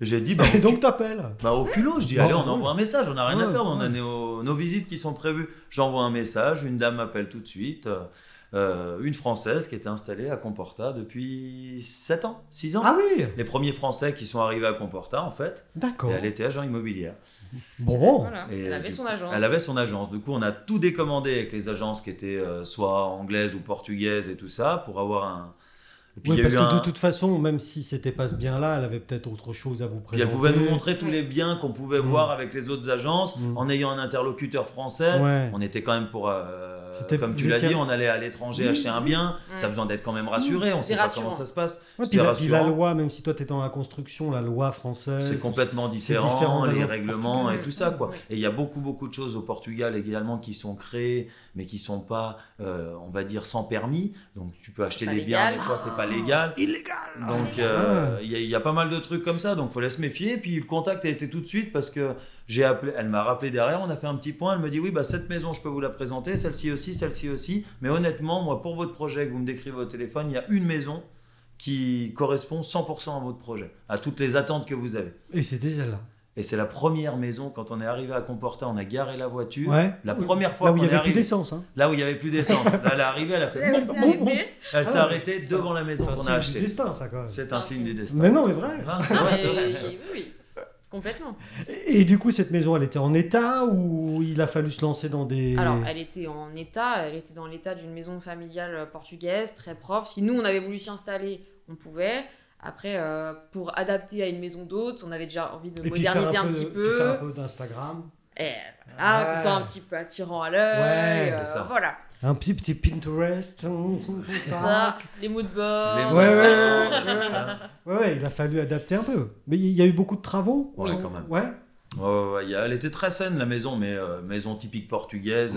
Speaker 3: J'ai dit, bah,
Speaker 1: Et
Speaker 3: au-
Speaker 1: donc, t'appelles.
Speaker 3: bah, au culot, je dis,
Speaker 1: Bah,
Speaker 3: allez, on
Speaker 1: ouais.
Speaker 3: envoie un message, on n'a rien
Speaker 1: Ouais,
Speaker 3: à perdre, on a
Speaker 1: ouais.
Speaker 3: nos, nos visites qui sont prévues. J'envoie un message, une dame m'appelle tout de suite. euh, euh, une Française qui était installée à Comporta depuis 7 ans, 6 ans.
Speaker 1: Ah oui
Speaker 3: Les premiers Français qui sont arrivés à Comporta, en fait,
Speaker 1: D'accord.
Speaker 3: et elle était agent immobilière.
Speaker 1: Bon.
Speaker 2: Voilà.
Speaker 3: Et,
Speaker 2: elle avait
Speaker 3: du
Speaker 2: son
Speaker 3: coup,
Speaker 2: agence.
Speaker 3: Elle avait son agence. Du coup, on a tout décommandé avec les agences qui étaient euh, soit anglaises ou portugaises et tout ça pour avoir un. Et puis, il
Speaker 1: Oui,
Speaker 3: y a
Speaker 1: parce
Speaker 3: eu
Speaker 1: que
Speaker 3: un-
Speaker 1: de toute façon, même si c'était pas ce bien-là, elle avait peut-être autre chose à vous
Speaker 3: puis
Speaker 1: présenter.
Speaker 3: elle pouvait nous montrer tous les biens qu'on pouvait
Speaker 1: Mm.
Speaker 3: voir avec les autres agences
Speaker 1: Mm.
Speaker 3: en ayant un interlocuteur français.
Speaker 1: Ouais.
Speaker 3: On était quand même pour. euh,
Speaker 1: C'était-
Speaker 3: comme
Speaker 1: vous
Speaker 3: tu l'as
Speaker 1: étiez-
Speaker 3: dit, on allait à l'étranger
Speaker 1: Oui,
Speaker 3: acheter un bien.
Speaker 2: Mm.
Speaker 3: T'as besoin d'être quand même rassuré. On
Speaker 2: C'est
Speaker 3: sait pas
Speaker 2: rassurant.
Speaker 3: comment ça se passe.
Speaker 1: Ouais,
Speaker 3: C'était
Speaker 1: puis, la, puis la
Speaker 3: rassurant.
Speaker 1: loi, même si toi t'es dans la construction, la loi française.
Speaker 3: C'est complètement différent,
Speaker 1: différent d'un
Speaker 3: les
Speaker 1: autre
Speaker 3: règlements et
Speaker 1: portugais.
Speaker 3: tout ça, quoi.
Speaker 2: Ouais.
Speaker 3: Et il y a beaucoup, beaucoup de choses au Portugal également qui sont créées, mais qui sont pas, euh, on va dire, sans permis. Donc tu peux acheter
Speaker 2: pas
Speaker 3: des biens, des
Speaker 2: légal. Ah.
Speaker 3: fois c'est pas légal.
Speaker 1: Illégal
Speaker 3: Donc euh, il y, a- il y a pas mal de trucs comme ça, donc faut la se méfier. Puis le contact a été tout de suite parce que j'ai appelé, elle m'a rappelé derrière, on a fait un petit point, elle me dit oui bah cette maison je peux vous la présenter, celle-ci aussi, celle-ci aussi. Mais honnêtement moi pour votre projet que vous me décrivez au téléphone, il y a une maison qui correspond 100% à votre projet, à toutes les attentes que vous avez.
Speaker 1: Et c'était celle-là.
Speaker 3: Et c'est la première maison, quand on est arrivé à Comporta, on a garé la voiture.
Speaker 1: Ouais.
Speaker 3: La première fois
Speaker 1: Là où
Speaker 3: qu'on
Speaker 1: il y
Speaker 3: est
Speaker 1: avait plus
Speaker 3: arrivé,
Speaker 1: d'essence. Hein.
Speaker 3: là où il n'y avait plus d'essence, là, elle est arrivée, elle a fait.
Speaker 2: Elle
Speaker 3: boum,
Speaker 2: s'est
Speaker 1: bon,
Speaker 2: arrêtée.
Speaker 1: bon.
Speaker 3: Elle s'est
Speaker 1: Ah,
Speaker 3: arrêtée devant la maison
Speaker 1: C'est un
Speaker 3: qu'on
Speaker 1: signe
Speaker 3: a
Speaker 1: du
Speaker 3: achetée.
Speaker 1: destin, ça, quand même.
Speaker 3: C'est un signe du destin.
Speaker 1: Mais non, mais vrai.
Speaker 3: Ah, c'est
Speaker 2: Non,
Speaker 3: vrai,
Speaker 2: mais
Speaker 3: c'est vrai.
Speaker 2: oui, oui, complètement.
Speaker 1: Et, et du coup, cette maison, elle était en état ou il a fallu se lancer dans des.
Speaker 2: Alors, elle était en état, elle était dans l'état d'une maison familiale euh, portugaise, très propre. Si nous, on avait voulu s'y installer, on pouvait. Après, euh, pour adapter à une maison d'hôte, on avait déjà envie de
Speaker 1: Et puis faire
Speaker 2: moderniser un,
Speaker 1: peu
Speaker 2: petit
Speaker 1: de- puis faire un
Speaker 2: peu.
Speaker 1: peu d'Instagram.
Speaker 2: Et voilà, que
Speaker 1: Ouais.
Speaker 2: ce soit un petit peu attirant à l'œil.
Speaker 1: Ouais,
Speaker 2: euh,
Speaker 3: c'est ça.
Speaker 2: Voilà.
Speaker 1: Un petit, petit Pinterest.
Speaker 2: Ça, les mots de bord. euh,
Speaker 3: Les
Speaker 1: Ouais,
Speaker 3: mots de
Speaker 1: ouais,
Speaker 3: bord,
Speaker 1: ouais,
Speaker 3: comme
Speaker 1: ouais.
Speaker 3: ça.
Speaker 1: Ouais, ouais, il a fallu adapter un peu. Mais il y a eu beaucoup de travaux.
Speaker 3: Ouais,
Speaker 2: Oui.
Speaker 3: quand même.
Speaker 1: Ouais.
Speaker 3: Ouais, ouais, ouais, il y a- Elle était très saine, la maison, mais euh, maison typique portugaise,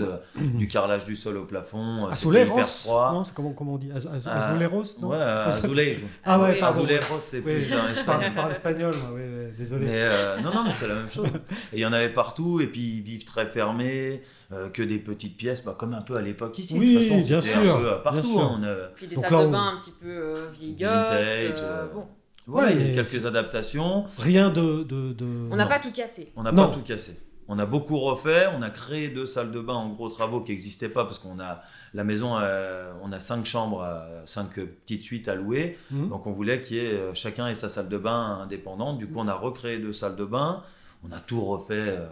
Speaker 3: euh, du carrelage du sol au plafond, euh,
Speaker 1: À
Speaker 3: c'était hyper
Speaker 1: Soleros.
Speaker 3: froid.
Speaker 1: Ah, Non, c'est comment, comment on dit Azu- Azu-
Speaker 3: Ah,
Speaker 1: Azuleros, non
Speaker 3: Ouais, euh, azulejo.
Speaker 1: Ah ouais,
Speaker 2: Azuleros.
Speaker 1: pardon.
Speaker 3: Azulejo, c'est
Speaker 1: Oui,
Speaker 3: plus un
Speaker 1: je, parle,
Speaker 3: espagnol.
Speaker 1: je parle espagnol, moi, oui, oui, désolé.
Speaker 3: Mais euh, non, non, mais c'est la même chose. Et il y en avait partout, et puis ils vivent très fermés, euh, que des petites pièces, bah, comme un peu à l'époque ici.
Speaker 1: Oui,
Speaker 3: de toute façon,
Speaker 1: bien
Speaker 3: c'était un
Speaker 1: sûr,
Speaker 3: peu, euh,
Speaker 1: bien
Speaker 3: partout.
Speaker 1: sûr.
Speaker 3: hein, on a-
Speaker 2: Puis des
Speaker 1: Donc
Speaker 2: salles
Speaker 1: là,
Speaker 2: de
Speaker 1: on-
Speaker 2: bain un petit peu euh, vieillottes. euh,
Speaker 3: Vintage, euh,
Speaker 2: bon.
Speaker 3: voilà,
Speaker 1: Ouais,
Speaker 3: il y a eu
Speaker 1: et
Speaker 3: quelques adaptations.
Speaker 1: Rien de. de, de-
Speaker 2: On n'a
Speaker 3: non.
Speaker 2: pas tout cassé.
Speaker 3: On n'a
Speaker 1: Non.
Speaker 3: pas tout cassé. On a beaucoup refait, on a créé deux salles de bain en gros travaux qui n'existaient pas parce qu'on a la maison, euh, on a cinq chambres, euh, cinq euh, petites suites à louer.
Speaker 1: Mhm.
Speaker 3: Donc on voulait qu'il y ait euh, chacun ait sa salle de bain indépendante. Du coup, on a recréé deux salles de bain. On a tout refait euh,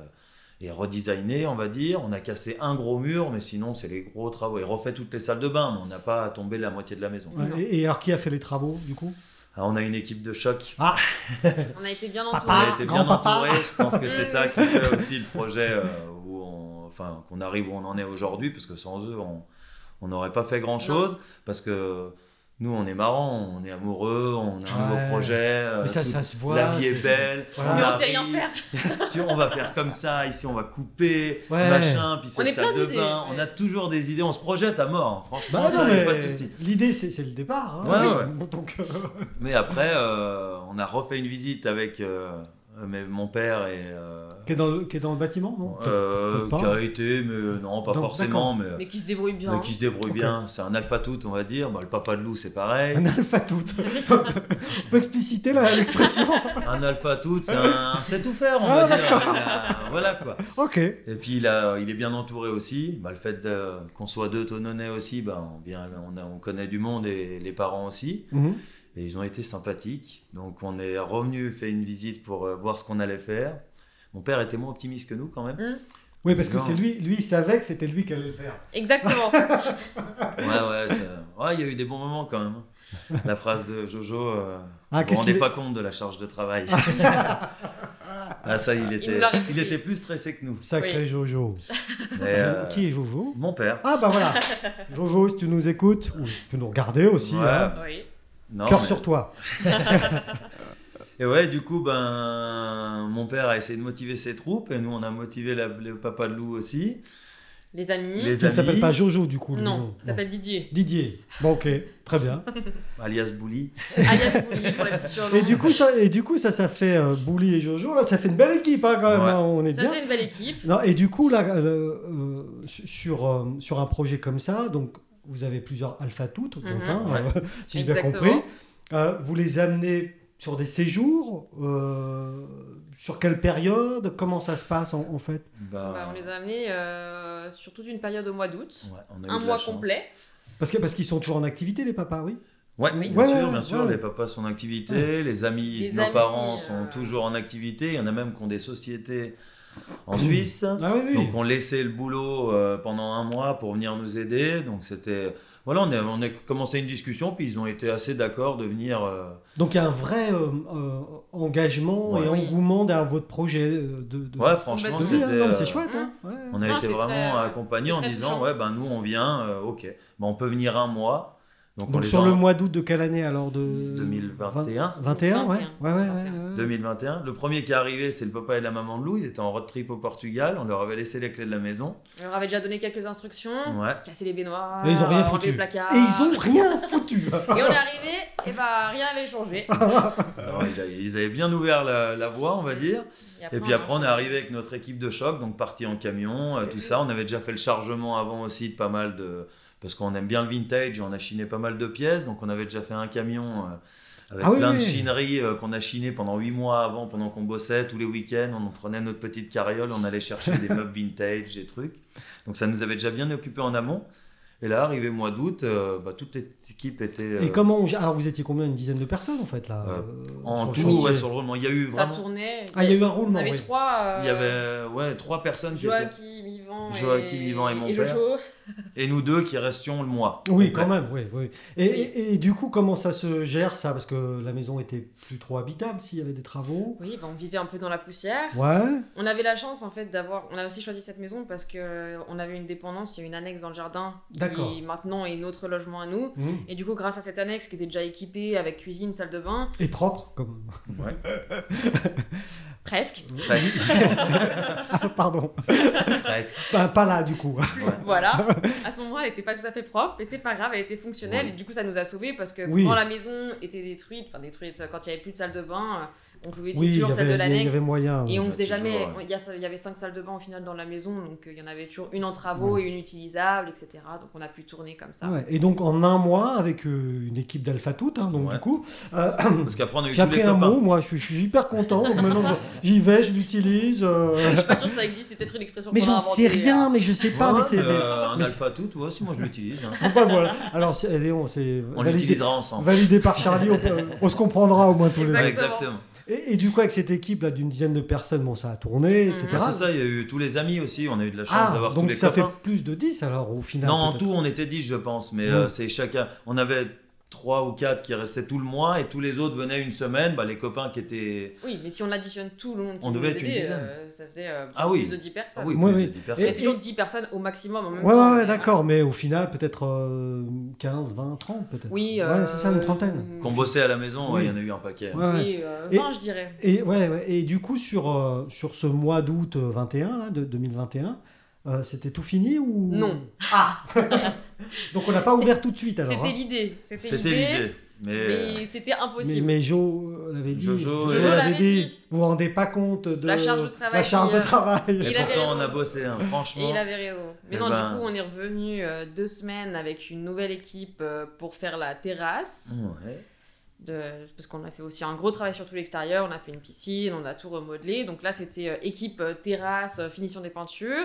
Speaker 3: et redesigné, on va dire. On a cassé un gros mur, mais sinon, c'est les gros travaux. Et refait toutes les salles de bain, mais on n'a pas tombé la moitié de la maison.
Speaker 1: Ouais,
Speaker 2: Non.
Speaker 1: Et, et alors, qui a fait les travaux, du coup
Speaker 3: Ah, on a une équipe de choc.
Speaker 2: On a été bien
Speaker 1: Papa.
Speaker 2: entourés.
Speaker 3: On
Speaker 1: Ah,
Speaker 3: a été bien
Speaker 1: grand-papa.
Speaker 3: entouré. Je pense que c'est ça qui fait aussi le projet euh, où on, enfin, qu'on arrive où on en est aujourd'hui, parce que sans eux, on on n'aurait pas fait grand chose. Parce que nous, on est marrant, on est amoureux, on a un
Speaker 1: Ouais.
Speaker 3: nouveau projet. euh,
Speaker 1: Mais ça,
Speaker 3: tout-
Speaker 1: ça se voit.
Speaker 3: la vie est
Speaker 1: c'est-
Speaker 3: belle.
Speaker 1: Voilà.
Speaker 2: Mais on
Speaker 3: arrive,
Speaker 2: sait rien faire.
Speaker 3: tu vois, on va faire comme ça, ici on va couper,
Speaker 1: Ouais.
Speaker 3: machin, puis
Speaker 2: est
Speaker 3: cette
Speaker 2: plein
Speaker 3: salle de
Speaker 2: d'idées,
Speaker 3: bain.
Speaker 2: ouais.
Speaker 3: On a toujours des idées, on se projette à mort, hein. franchement,
Speaker 1: Bah,
Speaker 3: ça,
Speaker 1: non,
Speaker 3: y a
Speaker 1: mais
Speaker 3: pas de souci.
Speaker 1: L'idée, c'est c'est le départ. hein. Donc, euh,
Speaker 3: Mais après, euh, on a refait une visite avec euh, mais mon père et. euh,
Speaker 1: qui, est dans le, qui est dans le bâtiment, non
Speaker 3: Euh,
Speaker 1: Peut-être
Speaker 3: qui
Speaker 1: pas.
Speaker 3: a été, mais euh, non, pas
Speaker 1: Donc,
Speaker 3: forcément, mais,
Speaker 2: Mais qui se débrouille bien.
Speaker 3: mais qui se débrouille
Speaker 1: Ok.
Speaker 3: bien. C'est un alpha tout, on va dire. Bah, le papa de loup, c'est pareil.
Speaker 1: Un alpha tout. On peut expliciter la- l'expression.
Speaker 3: un alpha tout, c'est un sait tout faire, on
Speaker 1: Ah,
Speaker 3: va dire. Voilà, voilà, quoi.
Speaker 1: ok.
Speaker 3: Et puis il, a- il est bien entouré aussi. Bah, le fait de- qu'on soit deux tononnais aussi, bah, on, vient, on, a- on connaît du monde et les parents aussi.
Speaker 1: Mhm.
Speaker 3: Et ils ont été sympathiques. Donc on est revenu, fait une visite pour euh, voir ce qu'on allait faire. Mon père était moins optimiste que nous quand même.
Speaker 1: Oui, parce que
Speaker 3: Non.
Speaker 1: c'est lui, lui, il savait que c'était lui qui allait le faire.
Speaker 2: Exactement.
Speaker 3: Ouais, ouais, ça- ouais, il y a eu des bons moments quand même. La phrase de Jojo, euh,
Speaker 1: Ah,
Speaker 3: vous vous
Speaker 1: qu'est-ce qu'il
Speaker 3: rendez
Speaker 1: est-
Speaker 3: pas compte de la charge de travail. ah ça, il
Speaker 2: nous
Speaker 3: était,
Speaker 2: l'a
Speaker 3: il,
Speaker 2: répété.
Speaker 3: était plus stressé que nous.
Speaker 1: Sacré
Speaker 2: Oui.
Speaker 1: Jojo. Ah,
Speaker 3: Mais, euh,
Speaker 1: Qui est Jojo
Speaker 3: mon père.
Speaker 1: Ah bah voilà. Jojo, si tu nous écoutes, ou tu peux nous regarder aussi.
Speaker 3: Ouais.
Speaker 1: hein.
Speaker 2: oui.
Speaker 3: Non,
Speaker 1: Cœur
Speaker 3: mais-
Speaker 1: sur toi.
Speaker 3: Et ouais, du coup, ben, mon père a essayé de motiver ses troupes et nous, on a motivé la- le papa de loup aussi.
Speaker 2: les amis.
Speaker 3: Les
Speaker 1: Il ne s'appelle
Speaker 3: amis,
Speaker 1: pas Jojo, du coup. le
Speaker 2: Non,
Speaker 1: nom.
Speaker 2: ça s'appelle Didier.
Speaker 1: Didier. Bon, ok, très bien.
Speaker 3: alias Bouli.
Speaker 2: Alias Bouli, pour les petits surnoms.
Speaker 1: Et du coup, ça, et du coup, ça, ça fait euh, Bouli et Jojo. Là, ça fait une belle équipe, hein, quand même.
Speaker 3: Ouais.
Speaker 1: hein, on est
Speaker 2: ça
Speaker 1: bien.
Speaker 2: fait une belle équipe.
Speaker 1: Non, et du coup, là, euh, euh, sur, euh, sur un projet comme ça, donc vous avez plusieurs alpha toutes, donc,
Speaker 2: Mhm.
Speaker 1: hein, euh, si j'ai bien compris.
Speaker 2: Exactement.
Speaker 1: Euh, vous les amenez sur des séjours euh, Sur quelle période Comment ça se passe en, en fait
Speaker 3: Bah,
Speaker 2: Bah, on les a amenés euh, sur toute une période au mois d'août.
Speaker 3: ouais, on a eu
Speaker 2: Un
Speaker 3: de la
Speaker 2: mois
Speaker 3: chance.
Speaker 2: complet.
Speaker 1: Parce que parce qu'ils sont toujours en activité, les papas, oui
Speaker 3: Ouais,
Speaker 2: Oui.
Speaker 3: bien
Speaker 1: Ouais,
Speaker 3: sûr,
Speaker 1: ouais,
Speaker 3: bien sûr.
Speaker 1: ouais.
Speaker 3: Les papas sont en activité, les amis
Speaker 2: Les
Speaker 3: de nos
Speaker 2: amis,
Speaker 3: parents
Speaker 2: euh,
Speaker 3: sont toujours en activité. Il y en a même qui ont des sociétés en Suisse.
Speaker 1: Ah oui, oui.
Speaker 3: Donc on laissait le boulot euh, pendant un mois pour venir nous aider. Donc c'était voilà, on a, on a commencé une discussion puis ils ont été assez d'accord de venir. euh,
Speaker 1: Donc il y a un vrai euh, euh, engagement
Speaker 3: Ouais.
Speaker 1: et
Speaker 2: Oui.
Speaker 1: engouement derrière votre projet euh, de, de,
Speaker 3: Ouais,
Speaker 1: de
Speaker 3: franchement
Speaker 2: Complètement.
Speaker 1: vie,
Speaker 3: c'était.
Speaker 1: hein. Non, mais c'est
Speaker 3: euh,
Speaker 1: chouette. hein. Ouais.
Speaker 3: On a
Speaker 2: Non,
Speaker 3: été
Speaker 2: c'est
Speaker 3: vraiment
Speaker 2: très-
Speaker 3: accompagnés
Speaker 2: c'est
Speaker 3: en
Speaker 2: très
Speaker 3: disant
Speaker 2: touchant.
Speaker 3: ouais ben nous on vient, euh, ok, ben, on peut venir un mois. Donc, on
Speaker 1: Donc
Speaker 3: les
Speaker 1: sur
Speaker 3: a-
Speaker 1: le mois d'août de quelle année alors de
Speaker 3: 2021.
Speaker 1: 21, ouais. Ouais, ouais, ouais,
Speaker 2: 21.
Speaker 1: ouais.
Speaker 3: 2021. Le premier qui est arrivé, c'est le papa et la maman de Lou. Ils étaient en road trip au Portugal. On leur avait laissé les clés de la maison.
Speaker 2: On leur avait déjà donné quelques instructions.
Speaker 3: Ouais.
Speaker 2: Casser les baignoires,
Speaker 1: Et ils ont rien
Speaker 2: enlever
Speaker 1: foutu.
Speaker 2: le placard.
Speaker 1: Et ils ont rien foutu.
Speaker 3: Euh.
Speaker 2: Et on est arrivé, et bah rien n'avait changé.
Speaker 3: Alors, ils, avaient, ils avaient bien ouvert la, la voie, on va
Speaker 2: Mm.
Speaker 3: dire. Et puis après, on est arrivé avec notre équipe de choc, donc parti en camion, euh, tout ça. On avait déjà fait le chargement avant aussi de pas mal de. Parce qu'on aime bien le vintage, et on a chiné pas mal de pièces. Donc on avait déjà fait un camion euh, avec
Speaker 1: Ah oui,
Speaker 3: plein de
Speaker 1: oui.
Speaker 3: chineries euh, qu'on a chiné pendant 8 mois avant, pendant qu'on bossait tous les week-ends. On prenait notre petite carriole, on allait chercher des meubles vintage, des trucs. Donc ça nous avait déjà bien occupé en amont. Et là, arrivé mois d'août, euh, bah, toute l'équipe était. euh,
Speaker 1: Et comment on gère- Alors vous étiez combien Une dizaine de personnes en fait là
Speaker 3: Euh,
Speaker 1: euh,
Speaker 3: en
Speaker 1: sur
Speaker 3: tout,
Speaker 1: le chantier
Speaker 3: ouais, sur le roulement. Il y a eu
Speaker 2: Ça
Speaker 3: vraiment.
Speaker 2: tournait.
Speaker 1: Ah, il y a eu un
Speaker 2: On
Speaker 1: roulement.
Speaker 2: avait
Speaker 1: oui.
Speaker 2: trois. euh,
Speaker 3: Il y avait ouais, trois personnes qui étaient-
Speaker 2: Joachim, Yvan,
Speaker 3: Joachim,
Speaker 2: et...
Speaker 3: Yvan et mon
Speaker 2: et Jojo.
Speaker 3: et nous deux qui restions le mois.
Speaker 1: Oui,
Speaker 3: Donc,
Speaker 1: quand même, oui, oui. Et, et- et du coup, comment ça se gère ça Parce que la maison était plus trop habitable s'il y avait des travaux.
Speaker 2: Oui, bah, on vivait un peu dans la poussière.
Speaker 1: Ouais.
Speaker 2: On avait la chance en fait d'avoir. On a aussi choisi cette maison parce que euh, on avait une dépendance, il y a une annexe dans le jardin
Speaker 1: D'accord.
Speaker 2: qui maintenant est notre logement à nous.
Speaker 1: Mmh.
Speaker 2: Et du coup, grâce à cette annexe qui était déjà équipée avec cuisine, salle de bain,
Speaker 1: Et propre, comme.
Speaker 3: Ouais.
Speaker 2: presque,
Speaker 3: Presque,
Speaker 1: Ah, pardon.
Speaker 3: presque.
Speaker 1: Pas, pas là, du coup.
Speaker 3: Ouais.
Speaker 2: voilà. À ce moment-là, elle n'était pas tout à fait propre, mais c'est pas grave, elle était fonctionnelle.
Speaker 3: Ouais.
Speaker 2: Et du coup, ça nous a sauvés parce que
Speaker 1: Oui.
Speaker 2: quand la maison était détruite, enfin détruite, euh, quand il n'y avait plus de salle de bain, euh, on pouvait utiliser
Speaker 1: Oui, il y
Speaker 2: toujours celle
Speaker 1: avait,
Speaker 2: de
Speaker 1: il y avait- il y
Speaker 2: l'annexe.
Speaker 1: avait moyen.
Speaker 2: Et
Speaker 1: oui.
Speaker 2: on
Speaker 3: Ouais,
Speaker 2: faisait jamais.
Speaker 3: toujours, ouais.
Speaker 2: Il y, a ça- il y avait cinq salles de bain au final dans la maison, donc euh, il y en avait toujours une en travaux et une utilisable, etc. Donc on a pu tourner comme
Speaker 3: Ah
Speaker 2: ça.
Speaker 1: Ouais. Et donc, en un mois, avec euh, une équipe d'Alpha Tout, hein, donc
Speaker 3: Ouais.
Speaker 1: du coup. euh,
Speaker 3: Parce qu'après, on a eu
Speaker 1: J'ai
Speaker 3: tous les
Speaker 1: appris un mot,
Speaker 3: copains.
Speaker 1: moi, je suis, je suis hyper content. Donc maintenant, je- j'y vais, je l'utilise. euh,
Speaker 2: Je suis pas sûre que ça existe, c'est peut-être une expression
Speaker 1: Mais
Speaker 2: qu'on a
Speaker 1: j'en sais
Speaker 2: inventée, euh.
Speaker 1: rien, mais je sais pas.
Speaker 3: Ouais,
Speaker 1: mais c'est.
Speaker 3: euh, un
Speaker 1: mais c'est-
Speaker 3: alpha tout, ouais, si moi je l'utilise. hein.
Speaker 1: Enfin, voilà. Alors, c'est- Léon, c'est
Speaker 3: On
Speaker 1: validé,
Speaker 3: l'utilisera ensemble.
Speaker 1: validé par Charlie. On, peut- on se comprendra au moins tous les deux.
Speaker 2: Exact.
Speaker 3: Ouais,
Speaker 2: Exactement.
Speaker 3: Exactement.
Speaker 1: Et, et du coup, avec cette équipe là d'une dizaine de personnes, bon, ça a tourné,
Speaker 2: Mhm.
Speaker 1: etc.
Speaker 3: Ouais, c'est Ah, ça, il y a eu tous les amis aussi. On a eu de la chance
Speaker 1: ah,
Speaker 3: d'avoir tous
Speaker 1: donc
Speaker 3: les
Speaker 1: ça
Speaker 3: copains.
Speaker 1: fait plus de 10 alors au final.
Speaker 3: Non, en
Speaker 1: peut-être.
Speaker 3: tout, on était 10, je pense. Mais
Speaker 1: Ouais.
Speaker 3: euh, c'est chacun. On avait trois ou quatre qui restaient tout le mois et tous les autres venaient une semaine. Bah, les copains qui étaient.
Speaker 2: euh. Oui, mais si on additionne tout le monde qui
Speaker 3: On devait
Speaker 2: nous
Speaker 3: être
Speaker 2: aidait,
Speaker 3: une dizaine.
Speaker 2: euh, ça faisait euh,
Speaker 3: Ah
Speaker 2: plus
Speaker 3: oui.
Speaker 2: de 10 personnes.
Speaker 3: Ah oui,
Speaker 1: Ouais,
Speaker 3: plus
Speaker 1: oui.
Speaker 3: de 10
Speaker 2: C'était
Speaker 1: Et-
Speaker 3: personnes.
Speaker 2: toujours 10 personnes au maximum en même
Speaker 1: Ouais,
Speaker 2: temps.
Speaker 1: ouais, ouais,
Speaker 2: mais, euh,
Speaker 1: d'accord, mais au final, peut-être euh, 15, 20, 30 peut-être.
Speaker 2: euh, Oui,
Speaker 1: Ouais,
Speaker 2: euh,
Speaker 1: c'est ça, une trentaine.
Speaker 3: Qu'on bossait à la maison, ouais,
Speaker 1: Oui.
Speaker 3: il y en a eu un paquet.
Speaker 1: Ouais, ouais.
Speaker 2: Oui, euh,
Speaker 1: Et-
Speaker 2: 20, je dirais.
Speaker 1: Et, ouais, ouais. et du coup, sur, euh, sur ce mois d'août euh, 21, là, de 2021, euh, c'était tout fini ou
Speaker 2: Non.
Speaker 1: Ah Donc on n'a pas
Speaker 2: C'est-
Speaker 1: ouvert tout de suite alors.
Speaker 2: C'était
Speaker 1: hein.
Speaker 2: l'idée. C'était
Speaker 3: C'était
Speaker 2: l'idée.
Speaker 3: l'idée. Euh, Mais.
Speaker 2: Mais c'était
Speaker 1: Mais,
Speaker 2: impossible.
Speaker 1: mais Jo euh, l'avait dit.
Speaker 3: Jojo,
Speaker 1: Jojo
Speaker 3: Jojo
Speaker 1: l'avait
Speaker 2: l'avait
Speaker 1: dit.
Speaker 2: dit.
Speaker 1: Vous vous rendez pas compte de
Speaker 2: La charge de travail
Speaker 1: La charge
Speaker 2: qui,
Speaker 1: de
Speaker 2: euh,
Speaker 1: travail.
Speaker 3: Et
Speaker 2: Il avait
Speaker 3: pourtant, on
Speaker 2: raison.
Speaker 3: a bossé, hein,
Speaker 2: Et
Speaker 3: franchement.
Speaker 2: il avait raison. Mais
Speaker 3: Eh
Speaker 2: non,
Speaker 3: ben.
Speaker 2: du coup, on est revenu euh, deux semaines avec une nouvelle équipe euh, pour faire la terrasse.
Speaker 3: Ouais.
Speaker 2: de- parce qu'on a fait aussi un gros travail sur tout l'extérieur. On a fait une piscine, on a tout remodelé. Donc là, c'était euh, équipe euh, terrasse, euh, finition des peintures.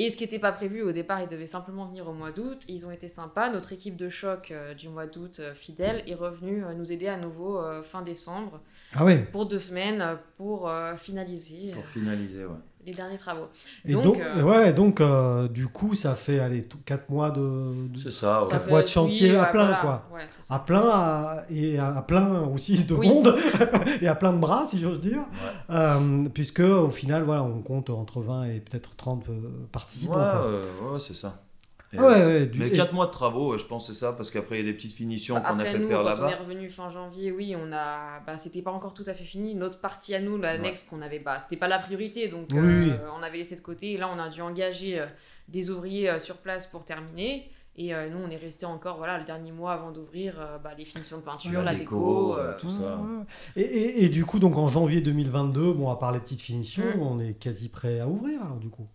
Speaker 2: Et ce qui n'était pas prévu au départ, ils devaient simplement venir au mois d'août. Ils ont été sympas. Notre équipe de choc euh, du mois d'août, euh, fidèle, est revenue euh, nous aider à nouveau euh, fin décembre
Speaker 1: Ah ouais.
Speaker 2: pour deux semaines euh, pour euh, finaliser euh,
Speaker 3: Pour finaliser, ouais.
Speaker 2: les derniers travaux.
Speaker 1: Et donc,
Speaker 2: Donc, euh,
Speaker 1: ouais, donc euh, du coup, ça fait allez, 4 mois de, de-
Speaker 3: C'est ça, ouais.
Speaker 1: Ça
Speaker 2: fait-
Speaker 1: boîte chantier à
Speaker 2: ouais,
Speaker 1: plein,
Speaker 2: voilà.
Speaker 1: quoi.
Speaker 2: Ouais, c'est ça.
Speaker 1: à plein à- et à, à plein aussi de
Speaker 2: Oui.
Speaker 1: monde et à plein de bras, si j'ose dire, Euh, puisque au final, voilà, on compte entre 20 et peut-être 30 euh,
Speaker 3: Ouais,
Speaker 1: participants. quoi.
Speaker 3: euh, ouais, c'est ça. Et, euh,
Speaker 1: Ah ouais, ouais, du-
Speaker 3: Mais
Speaker 1: et-
Speaker 3: 4 mois de travaux, ouais, je pense que c'est ça, parce qu'après il y a des petites finitions
Speaker 2: Bah,
Speaker 3: qu'on a
Speaker 2: Après
Speaker 3: fait
Speaker 2: nous,
Speaker 3: faire
Speaker 2: quand on est
Speaker 3: là-bas.
Speaker 2: revenu fin janvier, oui, on a, bah, c'était pas encore tout à fait fini. Notre partie à nous, l'annexe qu'on avait, bah, c'était pas la priorité, donc
Speaker 1: Oui,
Speaker 2: euh,
Speaker 1: oui.
Speaker 2: on avait laissé de côté. Et là, on a dû engager euh, des ouvriers euh, sur place pour terminer. Et euh, nous, on est resté encore voilà, le dernier mois avant d'ouvrir euh, bah, les finitions de peinture, la, déco. euh,
Speaker 3: tout ça.
Speaker 1: Ouais, ouais. Et, et- et du coup, donc en janvier 2022, bon, à part les petites finitions,
Speaker 2: Mm.
Speaker 1: on est quasi prêt à ouvrir alors du coup.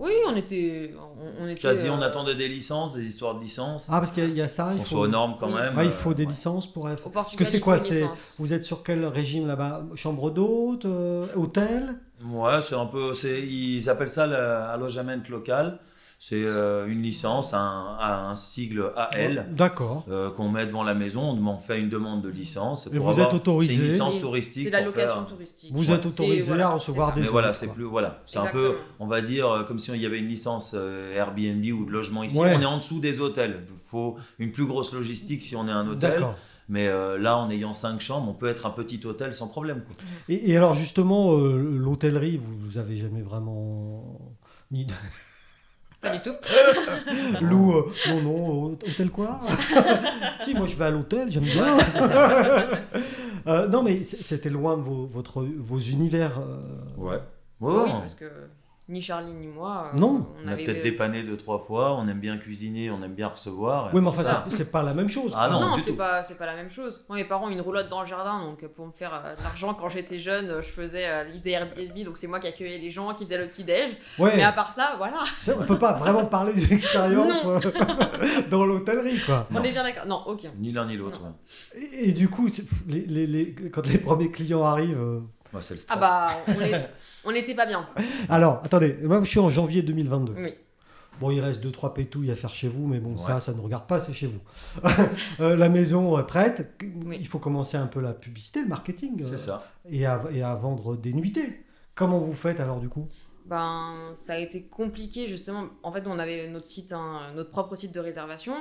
Speaker 2: Oui, on était. On, on était
Speaker 3: Quasi,
Speaker 2: euh,
Speaker 3: on attendait des licences, des histoires de licences.
Speaker 1: Ah, parce qu'il y a- il y a ça.
Speaker 3: qu'on
Speaker 1: il faut-
Speaker 3: soit aux normes quand
Speaker 2: Oui.
Speaker 3: même.
Speaker 1: Ouais, il faut
Speaker 3: euh,
Speaker 1: des
Speaker 3: ouais.
Speaker 1: licences pour.
Speaker 2: Au
Speaker 1: F-
Speaker 2: Portugal,
Speaker 1: que c'est
Speaker 2: il faut
Speaker 1: quoi,
Speaker 2: une
Speaker 1: c'est-
Speaker 2: licence.
Speaker 1: Vous êtes sur quel régime là-bas Chambre d'hôte euh, Hôtel
Speaker 3: Ouais, c'est un peu. c'est- Ils appellent ça le- l'allogement local. C'est euh, une licence, un, un sigle AL.
Speaker 1: D'accord.
Speaker 3: euh, qu'on met devant la maison, on demande- fait une demande de licence.
Speaker 1: Et
Speaker 3: pour
Speaker 1: vous
Speaker 3: avoir-
Speaker 1: êtes autorisé.
Speaker 3: C'est une licence
Speaker 2: Oui,
Speaker 3: touristique.
Speaker 2: C'est la
Speaker 3: pour faire-
Speaker 2: location touristique.
Speaker 1: Vous
Speaker 3: Ouais.
Speaker 1: êtes autorisé
Speaker 2: C'est- voilà,
Speaker 1: à recevoir
Speaker 2: c'est
Speaker 1: des
Speaker 3: Mais voilà,
Speaker 1: hôtes,
Speaker 3: c'est
Speaker 1: quoi.
Speaker 3: plus voilà, c'est un peu,
Speaker 2: Exactement.
Speaker 3: on va dire euh, comme si il y avait une licence euh, Airbnb ou de logement ici.
Speaker 1: Ouais.
Speaker 3: On est en dessous des hôtels. Il faut une plus grosse logistique si on est un hôtel.
Speaker 1: D'accord.
Speaker 3: Mais euh, là, en ayant cinq chambres, on peut être un petit hôtel sans problème. quoi.
Speaker 1: Et, et alors justement, euh, l'hôtellerie, vous, vous avez jamais vraiment ni
Speaker 2: Pas du tout.
Speaker 3: Ah
Speaker 1: Lou, euh, non, non, hô- hôtel quoi Si, moi je vais à l'hôtel, j'aime bien. Euh, non, mais c- c'était loin de vos, votre, vos univers. euh,
Speaker 3: Ouais. Ouais, ouais,
Speaker 2: Oui,
Speaker 3: on-
Speaker 2: parce que ni Charlie ni moi. euh,
Speaker 1: Non.
Speaker 3: Oh. on a peut-être dépanné deux trois fois. On aime bien cuisiner, on aime bien recevoir.
Speaker 1: Oui, mais enfin,
Speaker 3: C'est ça.
Speaker 1: c'est- c'est pas la même chose.
Speaker 3: Ah
Speaker 1: quoi.
Speaker 3: non.
Speaker 2: Non,
Speaker 3: du
Speaker 2: c'est
Speaker 3: tout.
Speaker 2: pas, c'est pas la même chose. Moi, mes parents ont une roulotte dans le jardin, donc euh, pour me faire euh, de l'argent quand j'étais jeune, euh, je faisais, euh, ils faisaient Airbnb, donc c'est moi qui accueillais les gens, qui faisais le petit déj. Mais
Speaker 1: Ouais,
Speaker 2: à part ça, voilà,
Speaker 1: c'est- on peut pas vraiment parler d'une expérience euh, dans l'hôtellerie, quoi.
Speaker 2: on est bien d'accord. Non, aucun.
Speaker 3: Ni l'un ni l'autre. ouais.
Speaker 1: Et, et du coup, c'est- pff, les- les- les- quand les premiers clients arrivent. euh,
Speaker 3: Ouais, c'est le stress.
Speaker 2: Ah bah, on est- on n'était pas bien.
Speaker 1: Alors, attendez, moi je suis en janvier 2022.
Speaker 2: Oui.
Speaker 1: Bon, il reste 2-3 pétouilles à faire chez vous, mais bon,
Speaker 3: Ouais.
Speaker 1: ça, ça ne regarde pas, c'est chez vous. Euh, la maison est prête.
Speaker 2: Oui.
Speaker 1: Il faut commencer un peu la publicité, le marketing. euh,
Speaker 3: C'est ça.
Speaker 1: Et à, et à vendre des nuitées. Comment vous faites alors du coup
Speaker 2: Ben, ça a été compliqué justement. En fait, on avait notre site, hein, notre propre site de réservation.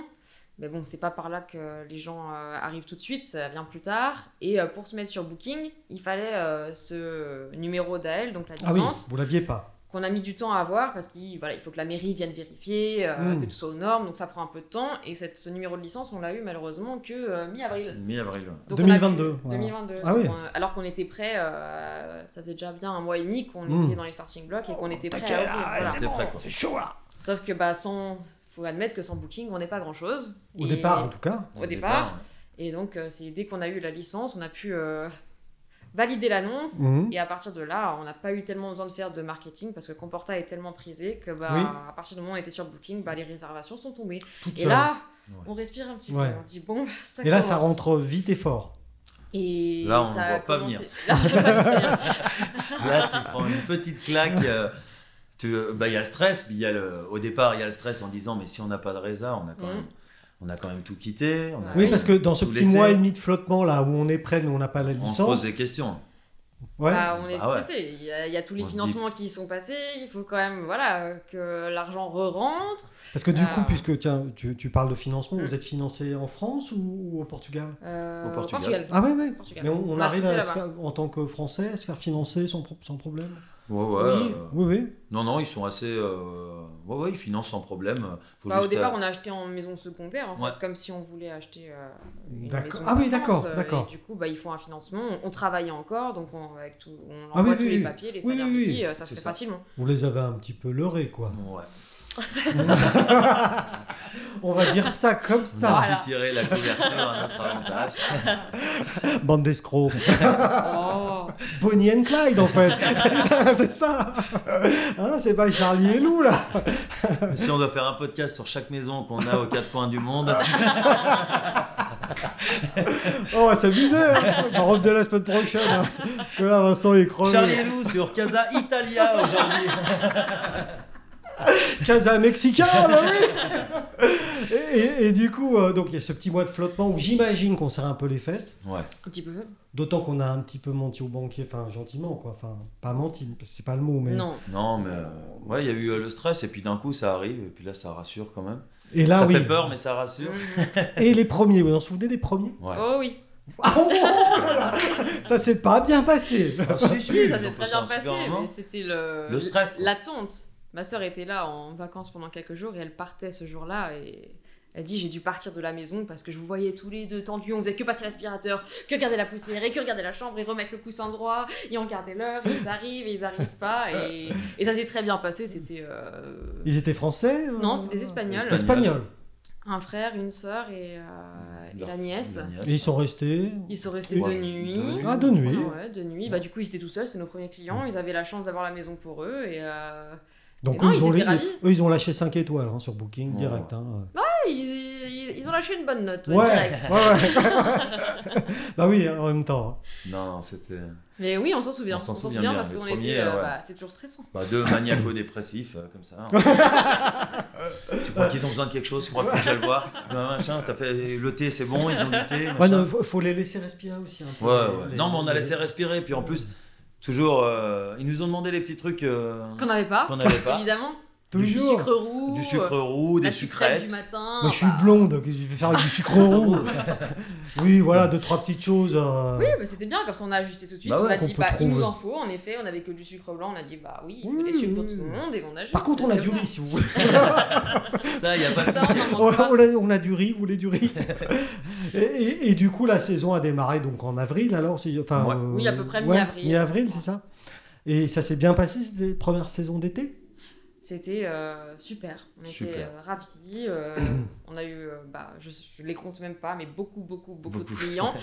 Speaker 2: Mais bon, c'est pas par là que les gens euh, arrivent tout de suite, ça vient plus tard. Et euh, pour se mettre sur Booking, il fallait euh, ce numéro d'AL, donc la
Speaker 1: Ah oui,
Speaker 2: licence,
Speaker 1: vous l'aviez pas.
Speaker 2: qu'on a mis du temps à avoir parce qu'il voilà, il faut que la mairie vienne vérifier, euh,
Speaker 1: Mm.
Speaker 2: que tout soit aux normes, donc ça prend un peu de temps. Et cette- ce numéro de licence, on l'a eu malheureusement que euh, mi-avril.
Speaker 3: Mi-avril. ouais.
Speaker 2: Donc, on a dû-
Speaker 1: 2022, voilà.
Speaker 2: 2022.
Speaker 1: Ah
Speaker 2: donc
Speaker 1: oui.
Speaker 2: on- alors qu'on était prêt, euh, ça fait déjà bien un mois et demi qu'on
Speaker 1: Mm.
Speaker 2: était dans les starting blocks et
Speaker 1: Oh,
Speaker 2: qu'on était prêt à ouvrir, voilà.
Speaker 3: J'étais prêt, quoi.
Speaker 1: C'est chaud là
Speaker 2: Sauf que bah sans faut admettre que sans booking on n'est pas grand chose.
Speaker 1: Au départ, en tout cas.
Speaker 2: Au départ. Et donc euh, c'est dès qu'on a eu la licence, on a pu euh, valider l'annonce.
Speaker 1: Mhm.
Speaker 2: Et à partir de là, on n'a pas eu tellement besoin de faire de marketing parce que Comporta est tellement prisé que bah,
Speaker 1: Oui.
Speaker 2: à partir du moment où on était sur Booking, bah, les réservations sont tombées.
Speaker 1: Toute
Speaker 2: Et
Speaker 1: seule.
Speaker 2: là,
Speaker 3: Ouais.
Speaker 2: on respire un petit
Speaker 1: Ouais.
Speaker 2: peu. On dit bon, bah, ça
Speaker 1: Et là, ça
Speaker 2: commence.
Speaker 1: rentre vite et fort.
Speaker 2: Et
Speaker 3: Là, on
Speaker 2: ça
Speaker 3: voit
Speaker 2: a
Speaker 3: pas
Speaker 2: commencé-
Speaker 3: venir.
Speaker 2: Là, on voit pas venir.
Speaker 3: ouais. Là, tu prends une petite claque. euh, tu- bah, il y a le stress. puis il y a le, au départ, il y a le stress en disant Mais si on n'a pas de résa, on a quand,
Speaker 2: Mm.
Speaker 3: même, on a quand même tout quitté. On, a
Speaker 2: Ouais.
Speaker 3: quand
Speaker 1: Oui,
Speaker 3: même-
Speaker 1: parce que dans ce
Speaker 3: Vous
Speaker 1: petit
Speaker 3: laissez-
Speaker 1: mois et demi de flottement là où on est prêt mais on n'a pas la
Speaker 3: on se pose
Speaker 1: licence.
Speaker 3: des questions.
Speaker 1: Ouais.
Speaker 2: Bah, on est
Speaker 3: Bah ouais.
Speaker 2: stressé. Il, y a, il y a tous les
Speaker 3: On se dit-
Speaker 2: financements qui y sont passés. Il faut quand même voilà que l'argent re-rentre.
Speaker 1: Parce que du coup,
Speaker 2: Ah.
Speaker 1: puisque tiens, tu, tu parles de financement,
Speaker 2: Mm.
Speaker 1: vous êtes financé en France ou, ou au Portugal
Speaker 2: Euh,
Speaker 3: Au Portugal.
Speaker 1: Ah oui, oui.
Speaker 2: Portugal.
Speaker 1: Mais on, on
Speaker 2: On a
Speaker 1: arrive
Speaker 2: tout fait
Speaker 1: à se
Speaker 2: là-bas.
Speaker 1: faire- en tant que Français à se faire financer sans, pro- sans problème.
Speaker 3: Ouais, ouais.
Speaker 2: Oui.
Speaker 3: euh,
Speaker 1: Oui, oui.
Speaker 3: non, non, ils sont assez. euh, ouais, ouais, ils financent sans problème. Faut
Speaker 2: Bah, au
Speaker 3: juste,
Speaker 2: départ,
Speaker 3: euh,
Speaker 2: on a acheté en maison secondaire, en fait,
Speaker 3: Ouais.
Speaker 2: comme si on voulait acheter euh, une
Speaker 1: D'accord.
Speaker 2: maison.
Speaker 1: Ah oui,
Speaker 2: en
Speaker 1: d'accord,
Speaker 2: France, euh,
Speaker 1: d'accord.
Speaker 2: Et du coup, bah, ils font un financement. On, on travaille encore, donc on, avec tout, on
Speaker 1: Ah
Speaker 2: envoie
Speaker 1: oui,
Speaker 2: tous
Speaker 1: oui,
Speaker 2: les
Speaker 1: oui.
Speaker 2: papiers, les
Speaker 1: Oui,
Speaker 2: salaires
Speaker 1: oui, oui.
Speaker 2: d'ici, euh, ça se
Speaker 3: C'est
Speaker 2: fait
Speaker 3: ça.
Speaker 2: facilement.
Speaker 1: Vous les avez un petit peu leurrés, quoi.
Speaker 3: euh, ouais.
Speaker 1: On va dire ça comme
Speaker 3: On a
Speaker 1: ça.
Speaker 2: Voilà.
Speaker 3: su tirer la couverture à notre avantage.
Speaker 1: Bande d'escrocs.
Speaker 2: Oh,
Speaker 1: Bonnie and Clyde, en fait. c'est ça. Hein, c'est pas Charlie et Lou, là.
Speaker 3: si on doit faire un podcast sur chaque maison qu'on a aux quatre coins du monde,
Speaker 1: Ah, On va s'amuser. hein. On rentre de la semaine prochaine. hein. Parce que là, Vincent, il est crevé.
Speaker 3: Charlie et Lou sur Casa Italia aujourd'hui.
Speaker 1: Casa Mexica, bah oui. et, et- et du coup, euh, donc il y a ce petit mois de flottement où j'imagine qu'on serre un peu les fesses.
Speaker 3: Ouais.
Speaker 2: un petit peu.
Speaker 1: D'autant qu'on a un petit peu menti au banquier, enfin gentiment quoi, enfin pas menti, c'est pas le mot, mais.
Speaker 2: Non.
Speaker 3: Non, mais euh, ouais, il y a eu euh, le stress, et puis d'un coup, ça arrive, et puis là, ça rassure quand même.
Speaker 1: Et là
Speaker 3: ça
Speaker 1: oui.
Speaker 3: fait peur, mais ça rassure.
Speaker 2: Mhm.
Speaker 1: Et les premiers, vous vous en souvenez des premiers
Speaker 3: Ouais.
Speaker 2: Oh oui.
Speaker 1: Ah, oh, oh là là Ça s'est pas bien passé.
Speaker 3: Ah, si, si,
Speaker 2: Si, ça
Speaker 3: ils
Speaker 2: s'est
Speaker 3: ont
Speaker 2: très
Speaker 3: passé un
Speaker 2: bien passé,
Speaker 3: super moment.
Speaker 2: mais c'était le,
Speaker 3: Le stress, quoi.
Speaker 2: l'attente. Ma sœur était là en vacances pendant quelques jours et elle partait ce jour-là et Elle dit j'ai dû partir de la maison parce que je vous voyais tous les deux tendus, on faisait que passer l'aspirateur, que garder la poussière et que regarder la chambre et remettre le coussin droit et on regardait l'heure, et ils arrivent et ils arrivent pas et, et ça s'est très bien passé, c'était euh,
Speaker 1: Ils étaient français euh,
Speaker 2: non c'était des Espagnols,
Speaker 3: Espagnols.
Speaker 1: Espagnols.
Speaker 2: un frère, une sœur et, euh, et la
Speaker 3: Leur-
Speaker 2: nièce.
Speaker 3: la
Speaker 1: Et ils sont restés.
Speaker 2: Ils sont restés
Speaker 3: Trois-
Speaker 2: de nuit.
Speaker 3: deux nuits.
Speaker 1: Ah, de nuit.
Speaker 2: Ah ouais, de nuit. Bah, du coup, ils étaient tout seuls, c'est nos premiers clients. Ils avaient la chance d'avoir la maison pour eux. Et euh,
Speaker 1: Donc
Speaker 2: Mais non,
Speaker 1: eux, ils
Speaker 2: ils
Speaker 1: ont
Speaker 2: étaient
Speaker 1: les-
Speaker 2: ravis.
Speaker 1: eux, ils ont lâché 5 étoiles hein, sur Booking
Speaker 3: Ouais.
Speaker 1: direct. hein.
Speaker 2: ils, ils- ils ont lâché une bonne note, ouais,
Speaker 1: Ouais,
Speaker 2: direct.
Speaker 1: ouais, ouais. bah oui, hein, en même temps.
Speaker 3: Non, non, c'était
Speaker 2: Mais oui, on s'en souvient.
Speaker 3: On s'en souvient bien,
Speaker 2: parce
Speaker 3: les
Speaker 2: qu'on
Speaker 3: premiers,
Speaker 2: était. euh,
Speaker 3: ouais.
Speaker 2: bah, c'est toujours stressant.
Speaker 3: bah, deux maniaco-dépressifs, euh, comme ça. hein. tu crois qu'ils ont besoin de quelque chose, tu crois que je vais le voir. Non, machin, t'as fait le thé, c'est bon, ils ont du thé.
Speaker 1: Ouais,
Speaker 3: machin.
Speaker 1: non, faut, faut les laisser respirer aussi. un peu,
Speaker 3: Ouais, ouais.
Speaker 1: les-
Speaker 3: non, mais on a
Speaker 1: les-
Speaker 3: laissé respirer. Puis en plus, toujours, euh, ils nous ont demandé les petits trucs euh,
Speaker 2: Qu'on n'avait pas,
Speaker 3: qu'on n'avait pas.
Speaker 2: évidemment. Du
Speaker 1: Toujours.
Speaker 2: sucre roux.
Speaker 3: Du sucre roux,
Speaker 2: euh, la
Speaker 3: des
Speaker 2: sucrète
Speaker 3: sucrètes.
Speaker 2: du matin.
Speaker 1: Moi, je suis
Speaker 2: bah,
Speaker 1: blonde, qu'est-ce que je vais faire avec du sucre roux Oui, voilà, deux, trois petites choses. euh,
Speaker 2: Oui, mais c'était bien quand on a ajusté tout de suite.
Speaker 3: Bah ouais,
Speaker 2: on a
Speaker 1: qu'on
Speaker 2: dit,
Speaker 1: peut
Speaker 2: bah, il nous
Speaker 1: trouver.
Speaker 2: en faut. En effet, on avait que du sucre blanc. On a dit, bah oui, il faut
Speaker 1: Oui,
Speaker 2: des sucres pour
Speaker 1: oui.
Speaker 2: tout le monde et on ajuste.
Speaker 1: Mmh. Par contre, on a
Speaker 2: c'est
Speaker 1: du
Speaker 2: comme ça.
Speaker 1: riz, si vous voulez.
Speaker 3: Ça, il n'y a pas de
Speaker 2: Ça, on en
Speaker 3: souci.
Speaker 1: On
Speaker 2: manque
Speaker 1: a,
Speaker 2: pas.
Speaker 1: on a- on a du riz, vous voulez du riz et, et- et du coup, la saison a démarré donc en avril, alors si- enfin,
Speaker 3: Ouais.
Speaker 1: euh,
Speaker 2: Oui, à peu près
Speaker 1: ouais,
Speaker 2: mi-avril.
Speaker 1: Mi-avril, c'est ça Et ça s'est bien passé, cette première saison
Speaker 2: Euh.
Speaker 1: d'été
Speaker 2: C'était euh, super. On était
Speaker 3: Super.
Speaker 2: euh, ravis. euh, on a eu, euh, bah, je, je les compte même pas, mais beaucoup, beaucoup, beaucoup, de
Speaker 3: Beaucoup.
Speaker 2: clients.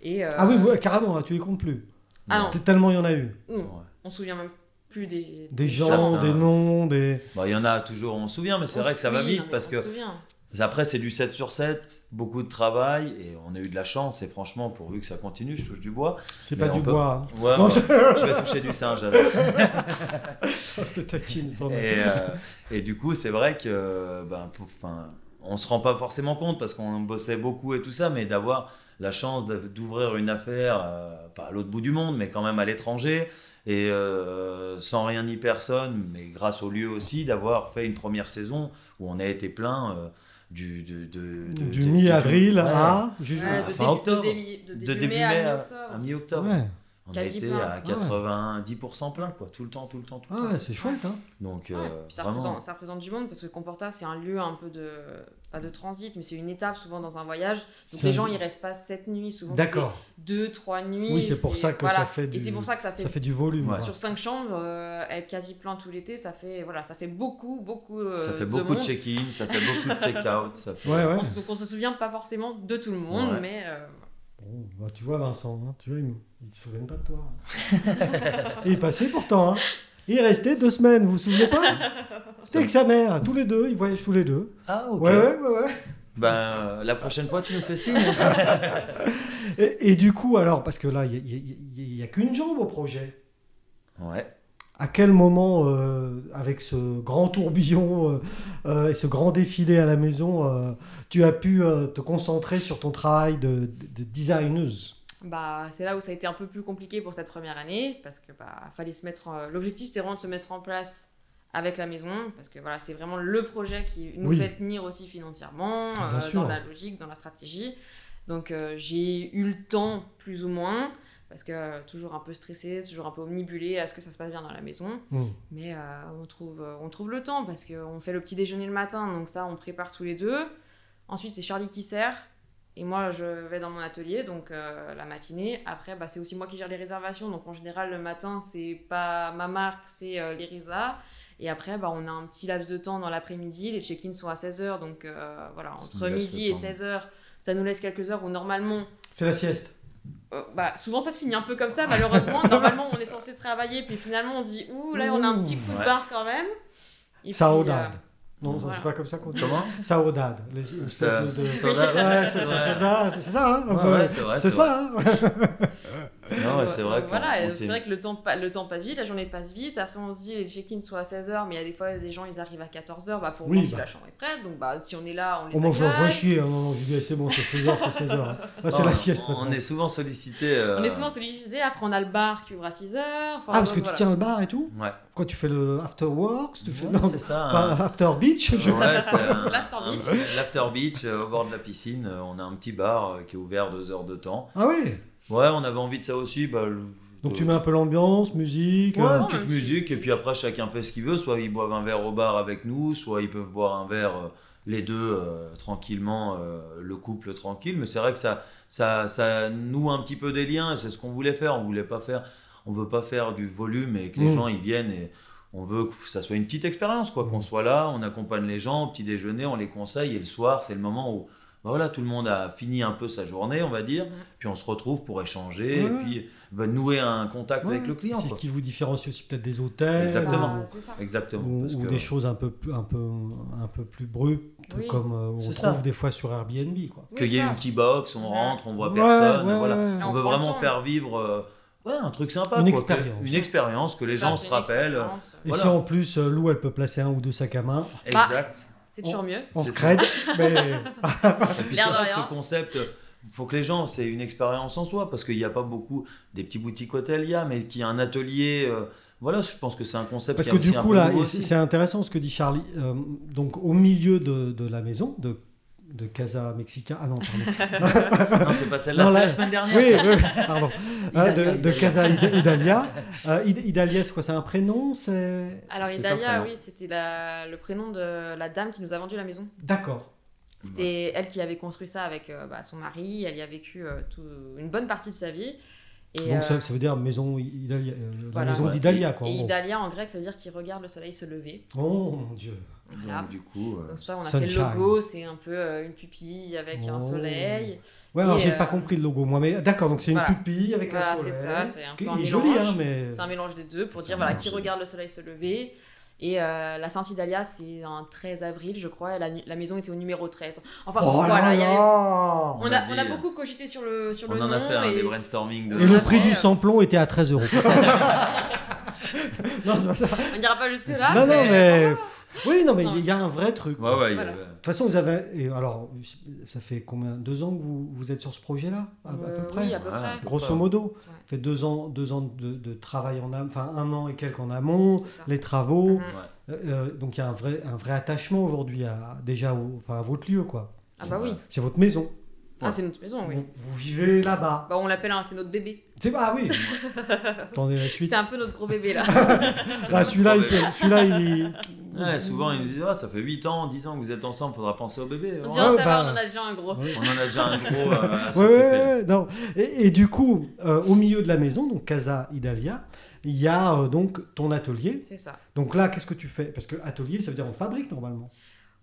Speaker 2: Et, euh,
Speaker 1: Ah oui, ouais, carrément, tu les comptes plus.
Speaker 2: ah non,
Speaker 1: T- Tellement il y en a eu.
Speaker 2: on,
Speaker 3: Ouais.
Speaker 2: on se souvient même plus des,
Speaker 1: Des gens,
Speaker 3: Certains.
Speaker 1: des noms, des...
Speaker 3: Bah, Il y en a toujours, on se souvient, mais c'est vrai que ça va
Speaker 2: hein.
Speaker 3: vite parce que après, c'est du 7 sur 7, beaucoup de travail et on a eu de la chance. Et franchement, pourvu que ça continue, je touche du bois.
Speaker 1: C'est
Speaker 3: Mais
Speaker 1: pas
Speaker 3: on
Speaker 1: du
Speaker 3: peut-
Speaker 1: bois. hein.
Speaker 3: Ouais,
Speaker 1: Non,
Speaker 3: ouais,
Speaker 1: je-
Speaker 3: je vais toucher du singe alors.
Speaker 1: je te taquine. sans doute.
Speaker 3: Et, euh, et du coup, c'est vrai que euh, ben, pour- 'fin, on se rend pas forcément compte parce qu'on bossait beaucoup et tout ça, mais d'avoir la chance d'av- d'ouvrir une affaire, euh, pas à l'autre bout du monde, mais quand même à l'étranger, et euh, sans rien ni personne, mais grâce au lieu aussi, d'avoir fait une première saison où on a été plein euh, du, du, de- de-
Speaker 1: Du
Speaker 3: de-
Speaker 1: mi-avril
Speaker 3: ouais,
Speaker 1: à... ju-
Speaker 3: Ouais,
Speaker 1: à-
Speaker 2: de,
Speaker 3: fin
Speaker 2: début,
Speaker 3: octobre.
Speaker 2: de début- de
Speaker 3: de
Speaker 2: début mai à mi-octobre.
Speaker 3: à mi-octobre.
Speaker 1: Ah Ouais,
Speaker 3: On a
Speaker 2: Quasi
Speaker 3: été
Speaker 2: plein.
Speaker 3: à 90% plein, quoi, tout le temps, tout le temps, tout le
Speaker 1: Ouais,
Speaker 3: temps.
Speaker 1: c'est chouette. Hein.
Speaker 3: Donc,
Speaker 2: Ouais,
Speaker 3: euh,
Speaker 2: puis ça, hein.
Speaker 3: vraiment.
Speaker 2: représente, ça représente du monde parce que Comporta, c'est un lieu un peu de. pas de transit, mais c'est une étape souvent dans un voyage. Donc
Speaker 1: C'est-
Speaker 2: les gens, ils restent pas sept nuits, souvent. c'est
Speaker 1: D'accord,
Speaker 2: Deux, trois nuits.
Speaker 1: Oui, c'est pour ça que
Speaker 2: voilà.
Speaker 1: ça fait
Speaker 2: Et
Speaker 1: du-
Speaker 2: c'est pour ça que ça fait
Speaker 1: ça fait du volume.
Speaker 3: Ouais.
Speaker 1: quoi.
Speaker 2: Sur cinq chambres, euh, être quasi plein tout l'été, ça fait voilà, ça fait beaucoup, beaucoup. euh,
Speaker 3: Ça fait
Speaker 2: de
Speaker 3: beaucoup de,
Speaker 2: monde.
Speaker 3: check-in, ça fait beaucoup de check-out, ça fait...
Speaker 1: Ouais, ouais.
Speaker 2: On se- Donc on se souvient pas forcément de tout le monde,
Speaker 3: Ouais.
Speaker 2: mais euh,
Speaker 1: Bon, bah, tu vois, Vincent, hein, tu vois, ils ne se souviennent pas de toi. Et il passait pourtant. hein. Il est resté deux semaines, vous vous souvenez pas C'est avec sa mère, tous les deux, ils voyagent tous les deux.
Speaker 3: Ah ok.
Speaker 1: Ouais, ouais, ouais. ouais.
Speaker 3: Ben euh, la prochaine fois tu nous fais signe.
Speaker 1: Et, et du coup, alors, parce que là, il n'y a, il y a- il y a qu'une jambe au projet.
Speaker 3: ouais.
Speaker 1: À quel moment, euh, avec ce grand tourbillon euh, euh, et ce grand défilé à la maison, euh, tu as pu euh, te concentrer sur ton travail de, de- de designeuse
Speaker 2: bah c'est là où ça a été un peu plus compliqué pour cette première année parce que bah fallait se mettre. en- L'objectif c'était vraiment de se mettre en place avec la maison parce que voilà c'est vraiment le projet qui nous
Speaker 1: Oui.
Speaker 2: fait tenir aussi financièrement
Speaker 1: Bien
Speaker 2: euh,
Speaker 1: sûr.
Speaker 2: dans la logique, dans la stratégie. Donc euh, j'ai eu le temps plus ou moins parce que euh, toujours un peu stressée, toujours un peu omnibulée à ce que ça se passe bien dans la maison.
Speaker 1: Hmm.
Speaker 2: Mais euh, on, trouve, euh, on trouve le temps parce qu'on fait le petit déjeuner le matin, donc ça, on prépare tous les deux. Ensuite, c'est Charlie qui sert. Et moi, je vais dans mon atelier, donc euh, la matinée. Après, bah, c'est aussi moi qui gère les réservations. Donc en général, le matin, c'est pas ma marque, c'est euh, les Risa. Et après, bah, on a un petit laps de temps dans l'après-midi. Les check-ins sont à 16h. Donc euh, voilà,
Speaker 3: Ça
Speaker 2: entre
Speaker 3: nous laisse
Speaker 2: midi
Speaker 3: le
Speaker 2: et
Speaker 3: temps.
Speaker 2: 16h, ça nous laisse quelques heures où normalement
Speaker 1: C'est la sieste.
Speaker 2: euh, bah, souvent ça se finit un peu comme ça, malheureusement. Normalement, on est censé travailler, puis finalement, on dit Ouh, là, on a un petit coup de
Speaker 3: Ouais.
Speaker 2: barre quand même. Et
Speaker 1: Ça hein.
Speaker 2: puis, euh,
Speaker 1: rodade. Non,
Speaker 2: voilà.
Speaker 1: c'est pas comme ça qu'on dit.
Speaker 3: Comment
Speaker 1: Saudade. Les espèces
Speaker 3: Ça-
Speaker 1: de- de-
Speaker 3: Saudade.
Speaker 1: Ouais, c'est c'est- c'est ça, c'est ça. hein, un peu.
Speaker 3: Ouais, ouais, c'est vrai,
Speaker 1: C'est
Speaker 3: c'est
Speaker 1: ça. hein.
Speaker 2: euh,
Speaker 3: Non ouais,
Speaker 2: euh,
Speaker 3: c'est vrai. qu'on-
Speaker 2: Voilà,
Speaker 3: on
Speaker 2: et
Speaker 3: s'est-
Speaker 2: c'est vrai que le temps, pa- le temps passe vite, la journée passe vite. Après, on se dit Les check-ins sont à 16h, mais il y a des fois, des gens, ils arrivent à 14h bah, pour
Speaker 1: Oui,
Speaker 2: voir si
Speaker 1: bah.
Speaker 2: la chambre est prête. Donc, bah, si on est là, on les
Speaker 1: On mange, on se voit
Speaker 2: accueille.
Speaker 1: chier. hein, Non, non, je dis, c'est bon, c'est 16h, c'est 16h. hein. Là, c'est
Speaker 3: Non,
Speaker 1: la sieste.
Speaker 3: On, on
Speaker 1: maintenant.
Speaker 3: est souvent sollicité. euh,
Speaker 2: On est souvent sollicité. Après, on a le bar qui ouvre à 6h. Ah,
Speaker 1: Ah, parce que tu tiens le bar et tout
Speaker 3: Ouais.
Speaker 1: Quand tu fais le after works, tu fais.
Speaker 3: Ouais,
Speaker 1: non,
Speaker 3: c'est ça.
Speaker 1: enfin,
Speaker 3: hein.
Speaker 1: after beach, je-
Speaker 3: Ouais, c'est un-
Speaker 2: L'after
Speaker 3: un-
Speaker 2: beach.
Speaker 3: L'after beach euh, au bord de la piscine. euh, On a un petit bar euh, qui est ouvert deux heures de temps.
Speaker 1: Ah oui
Speaker 3: Ouais, on avait envie de ça aussi. Bah, le-
Speaker 1: Donc tu mets un peu l'ambiance, musique.
Speaker 3: Ouais,
Speaker 1: euh,
Speaker 3: une
Speaker 2: Ouais, un
Speaker 3: petite
Speaker 2: petit-
Speaker 3: musique, et puis après chacun fait ce qu'il veut, soit ils boivent un verre au bar avec nous, soit ils peuvent boire un verre euh, les deux euh, tranquillement, euh, le couple tranquille, mais c'est vrai que ça, ça, ça noue un petit peu des liens, et c'est ce qu'on voulait faire, on voulait pas faire, on veut pas faire du volume et que les
Speaker 1: Mm.
Speaker 3: gens ils viennent et on veut que ça soit une petite expérience, quoi, qu'on
Speaker 1: Mm.
Speaker 3: soit là, on accompagne les gens au petit déjeuner, on les conseille, et le soir c'est le moment où bah voilà, tout le monde a fini un peu sa journée, on va dire, puis on se retrouve pour échanger,
Speaker 1: Mm. Ouais.
Speaker 3: et puis bah, nouer un contact
Speaker 1: ouais.
Speaker 3: avec le client.
Speaker 1: C'est ce
Speaker 3: quoi.
Speaker 1: qui vous différencie aussi peut-être des hôtels.
Speaker 3: Exactement.
Speaker 1: euh,
Speaker 2: Bah, c'est ça.
Speaker 3: Exactement.
Speaker 1: Ou,
Speaker 3: parce
Speaker 1: ou
Speaker 3: que-
Speaker 1: des choses un peu, plus- un peu, un peu plus brutes,
Speaker 2: Oui.
Speaker 1: comme euh, on
Speaker 3: C'est
Speaker 1: trouve
Speaker 3: ça.
Speaker 1: des fois sur Airbnb. Quoi.
Speaker 2: Oui,
Speaker 3: Qu'il y ait
Speaker 2: ça.
Speaker 3: une petite box, on
Speaker 2: Ouais.
Speaker 3: rentre, on voit
Speaker 1: Ouais,
Speaker 3: personne.
Speaker 1: ouais,
Speaker 3: voilà.
Speaker 1: ouais.
Speaker 2: Et
Speaker 3: On
Speaker 2: on
Speaker 3: veut
Speaker 2: prend le
Speaker 3: vraiment
Speaker 2: temps.
Speaker 3: faire vivre euh, ouais, un truc sympa.
Speaker 1: Une
Speaker 3: quoi,
Speaker 1: expérience.
Speaker 3: que- Une expérience que les
Speaker 2: Ça,
Speaker 3: gens
Speaker 2: c'est hein.
Speaker 3: se
Speaker 2: une
Speaker 3: rappellent.
Speaker 2: expérience.
Speaker 1: Et
Speaker 3: Voilà.
Speaker 1: si en plus euh, Lou elle peut placer un ou deux sacs à main
Speaker 2: Bah,
Speaker 3: Exact.
Speaker 2: C'est toujours mieux.
Speaker 1: en
Speaker 3: C'est
Speaker 1: scred, mais
Speaker 3: Et puis
Speaker 2: Bah, L'air
Speaker 3: c'est
Speaker 2: de
Speaker 3: vrai que
Speaker 2: rien.
Speaker 3: ce concept, faut que les gens, c'est une expérience en soi, parce qu'il n'y a pas beaucoup des petits boutiques hôtels, il y a, mais qu'il y a un atelier. euh, voilà, je pense que c'est un concept
Speaker 1: Parce
Speaker 3: qui
Speaker 1: que
Speaker 3: est
Speaker 1: du
Speaker 3: aussi un
Speaker 1: coup,
Speaker 3: peu
Speaker 1: là,
Speaker 3: nouveau
Speaker 1: et c'est
Speaker 3: aussi.
Speaker 1: c'est intéressant ce que dit Charlie. Euh, donc, au milieu de, de la maison, de, de Casa Mexica. Ah non, pardon.
Speaker 3: Non, c'est pas celle-là,
Speaker 1: Non,
Speaker 3: c'était
Speaker 1: là-
Speaker 3: la semaine dernière.
Speaker 1: oui,
Speaker 3: ça.
Speaker 1: oui, oui, pardon. Hein, de,
Speaker 3: Idalia,
Speaker 1: de
Speaker 3: Idalia.
Speaker 1: Casa Ida- Idalia. Euh, Id- Idalia, c'est quoi C'est un prénom C'est.
Speaker 2: Alors
Speaker 3: C'est un
Speaker 2: Idalia,
Speaker 3: prénom.
Speaker 2: oui, c'était la- le prénom de la dame qui nous a vendu la maison.
Speaker 1: D'accord.
Speaker 2: C'était elle qui avait construit ça avec euh, bah, son mari. Elle y a vécu euh, tout- une bonne partie de sa vie. Et,
Speaker 1: Donc, ça,
Speaker 2: euh,
Speaker 1: ça veut dire maison I- Idalia. euh,
Speaker 2: Voilà.
Speaker 1: La maison
Speaker 3: Ouais.
Speaker 1: d'Idalia, quoi.
Speaker 2: et
Speaker 1: en gros.
Speaker 2: Idalia en grec, ça veut dire qu'il regarde le soleil se lever.
Speaker 1: Oh mon dieu.
Speaker 2: Voilà.
Speaker 3: Donc, du coup,
Speaker 2: Donc
Speaker 3: euh,
Speaker 2: c'est pour ça qu'on a fait
Speaker 1: Sunshine.
Speaker 2: le logo, c'est un peu euh, une pupille avec
Speaker 1: Oh.
Speaker 2: un soleil.
Speaker 1: Ouais, alors
Speaker 2: Et,
Speaker 1: j'ai
Speaker 2: euh,
Speaker 1: pas compris le logo, moi, mais d'accord, donc c'est une
Speaker 2: voilà.
Speaker 1: pupille avec
Speaker 2: Voilà,
Speaker 1: un
Speaker 2: c'est
Speaker 1: soleil.
Speaker 2: ça, c'est un peu
Speaker 1: qui
Speaker 2: un
Speaker 1: est joli, hein,
Speaker 2: mélange.
Speaker 1: mais.
Speaker 2: C'est un mélange des deux pour
Speaker 3: C'est
Speaker 2: dire
Speaker 3: un
Speaker 2: voilà
Speaker 3: mélange
Speaker 2: qui
Speaker 3: des
Speaker 2: regarde le soleil se lever. Et euh, la Sainte Idalia, c'est un 13 avril, je crois. et La, nu- la maison était au numéro 13. Enfin,
Speaker 1: Oh
Speaker 2: voilà,
Speaker 1: là
Speaker 2: il y a eu-
Speaker 1: là
Speaker 2: on,
Speaker 3: On
Speaker 2: a,
Speaker 3: a dit,
Speaker 2: on a
Speaker 3: euh,
Speaker 2: beaucoup cogité sur le, sur
Speaker 3: on
Speaker 2: le
Speaker 3: en
Speaker 2: nom.
Speaker 3: a fait un,
Speaker 2: et-
Speaker 3: des brainstorming. De...
Speaker 1: Et le prix du
Speaker 2: Ouais.
Speaker 1: samplon était à 13 euros. non, c'est pas ça.
Speaker 2: On n'ira pas jusque-là.
Speaker 1: non, non,
Speaker 2: mais- euh,
Speaker 1: mais. Oui, non, mais
Speaker 2: Non.
Speaker 1: il y a un vrai truc.
Speaker 3: Ouais, ouais, il y
Speaker 2: Voilà.
Speaker 3: avait-
Speaker 1: De toute façon, vous avez. et alors, ça fait combien Deux ans que vous, vous êtes sur ce projet-là À, Ah, bah, à peu
Speaker 2: Euh,
Speaker 1: près
Speaker 2: Oui, à peu
Speaker 3: Voilà.
Speaker 2: près.
Speaker 1: Grosso modo.
Speaker 2: Ouais.
Speaker 1: Ça fait deux ans, deux ans de, de travail en amont, enfin un an et quelques en amont,
Speaker 2: C'est ça.
Speaker 1: les travaux.
Speaker 2: Mhm.
Speaker 1: Euh, euh, donc il y a un vrai, un vrai attachement aujourd'hui à, déjà au- enfin, à votre lieu, quoi.
Speaker 2: Ah bah oui.
Speaker 1: C'est votre maison.
Speaker 2: Ah, c'est notre maison, oui.
Speaker 1: Vous, vous vivez là-bas.
Speaker 2: Bah, on l'appelle, un- c'est notre bébé.
Speaker 1: C'est Ah oui Attendez la suite.
Speaker 2: C'est un peu notre gros bébé là.
Speaker 1: Ah, celui-là, il
Speaker 3: problème.
Speaker 1: peut- celui-là, il.
Speaker 3: Ouais, souvent ils nous disent Ah, ça fait 8 ans, 10 ans que vous êtes ensemble, faudra penser au bébé.
Speaker 2: On
Speaker 3: Ouais.
Speaker 2: dirait
Speaker 1: Ouais,
Speaker 2: ça,
Speaker 1: bah-
Speaker 2: va, on en a déjà un gros.
Speaker 1: Ouais.
Speaker 3: On en a déjà un gros euh, à
Speaker 1: Ouais,
Speaker 3: s'occuper.
Speaker 1: ouais, ouais, non. Et, et du coup, euh, au milieu de la maison, donc Casa Idalia, il y a euh, donc ton atelier.
Speaker 2: C'est ça.
Speaker 1: Donc là, qu'est-ce que tu fais Parce que atelier, ça veut dire on fabrique normalement.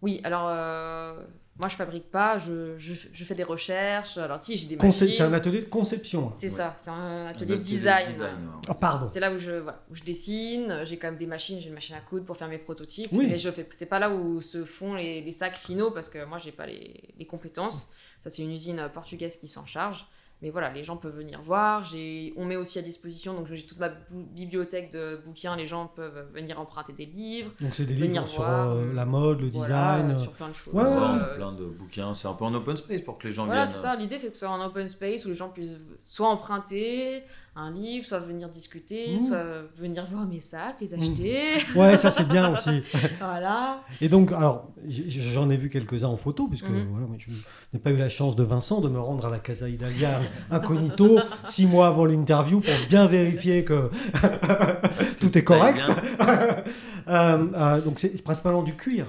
Speaker 2: Oui, alors euh, moi je fabrique pas, je, je- je fais des recherches. Alors si, j'ai des
Speaker 1: Conce-
Speaker 2: machines.
Speaker 1: C'est un atelier de conception. hein.
Speaker 2: C'est
Speaker 3: Ouais.
Speaker 2: ça, c'est un
Speaker 3: Un
Speaker 2: atelier
Speaker 3: atelier de
Speaker 2: design.
Speaker 3: ouais.
Speaker 1: Oh, pardon.
Speaker 2: C'est là où je, voilà, où je dessine, j'ai quand même des machines, j'ai une machine à coudre pour faire mes prototypes,
Speaker 1: Oui.
Speaker 2: mais je fais, c'est pas là où se font les, les sacs finaux parce que moi j'ai pas les, les compétences. Ça c'est une usine euh, portugaise qui s'en charge, mais voilà, les gens peuvent venir voir. J'ai, on met aussi à disposition, donc j'ai toute ma bou- bibliothèque de bouquins, les gens peuvent venir emprunter des livres,
Speaker 1: Donc c'est des
Speaker 2: Venir
Speaker 1: livres sur
Speaker 2: voir,
Speaker 1: euh,
Speaker 2: euh,
Speaker 1: la mode, le
Speaker 2: voilà,
Speaker 1: design.
Speaker 2: euh,
Speaker 1: euh,
Speaker 2: sur plein de choses.
Speaker 1: Ouais, ouais,
Speaker 3: On
Speaker 2: Euh,
Speaker 3: a plein de bouquins, c'est un peu en open space pour que les gens
Speaker 2: Voilà,
Speaker 3: viennent.
Speaker 2: c'est
Speaker 3: euh,
Speaker 2: ça. L'idée, c'est que ce soit un open space où les gens puissent soit emprunter un livre, soit venir discuter,
Speaker 1: Mmh.
Speaker 2: soit venir voir mes sacs, les acheter.
Speaker 1: Ouais, ça c'est bien aussi.
Speaker 2: voilà.
Speaker 1: Et donc, alors, j'ai- j'en ai vu quelques-uns en photo, puisque
Speaker 2: Mhm.
Speaker 1: voilà, moi, je n'ai pas eu la chance de Vincent de me rendre à la Casa Idalia incognito, six mois avant l'interview, pour bien vérifier que tout est correct.
Speaker 3: Très bien.
Speaker 1: Euh, euh, donc c'est c'est principalement du cuir,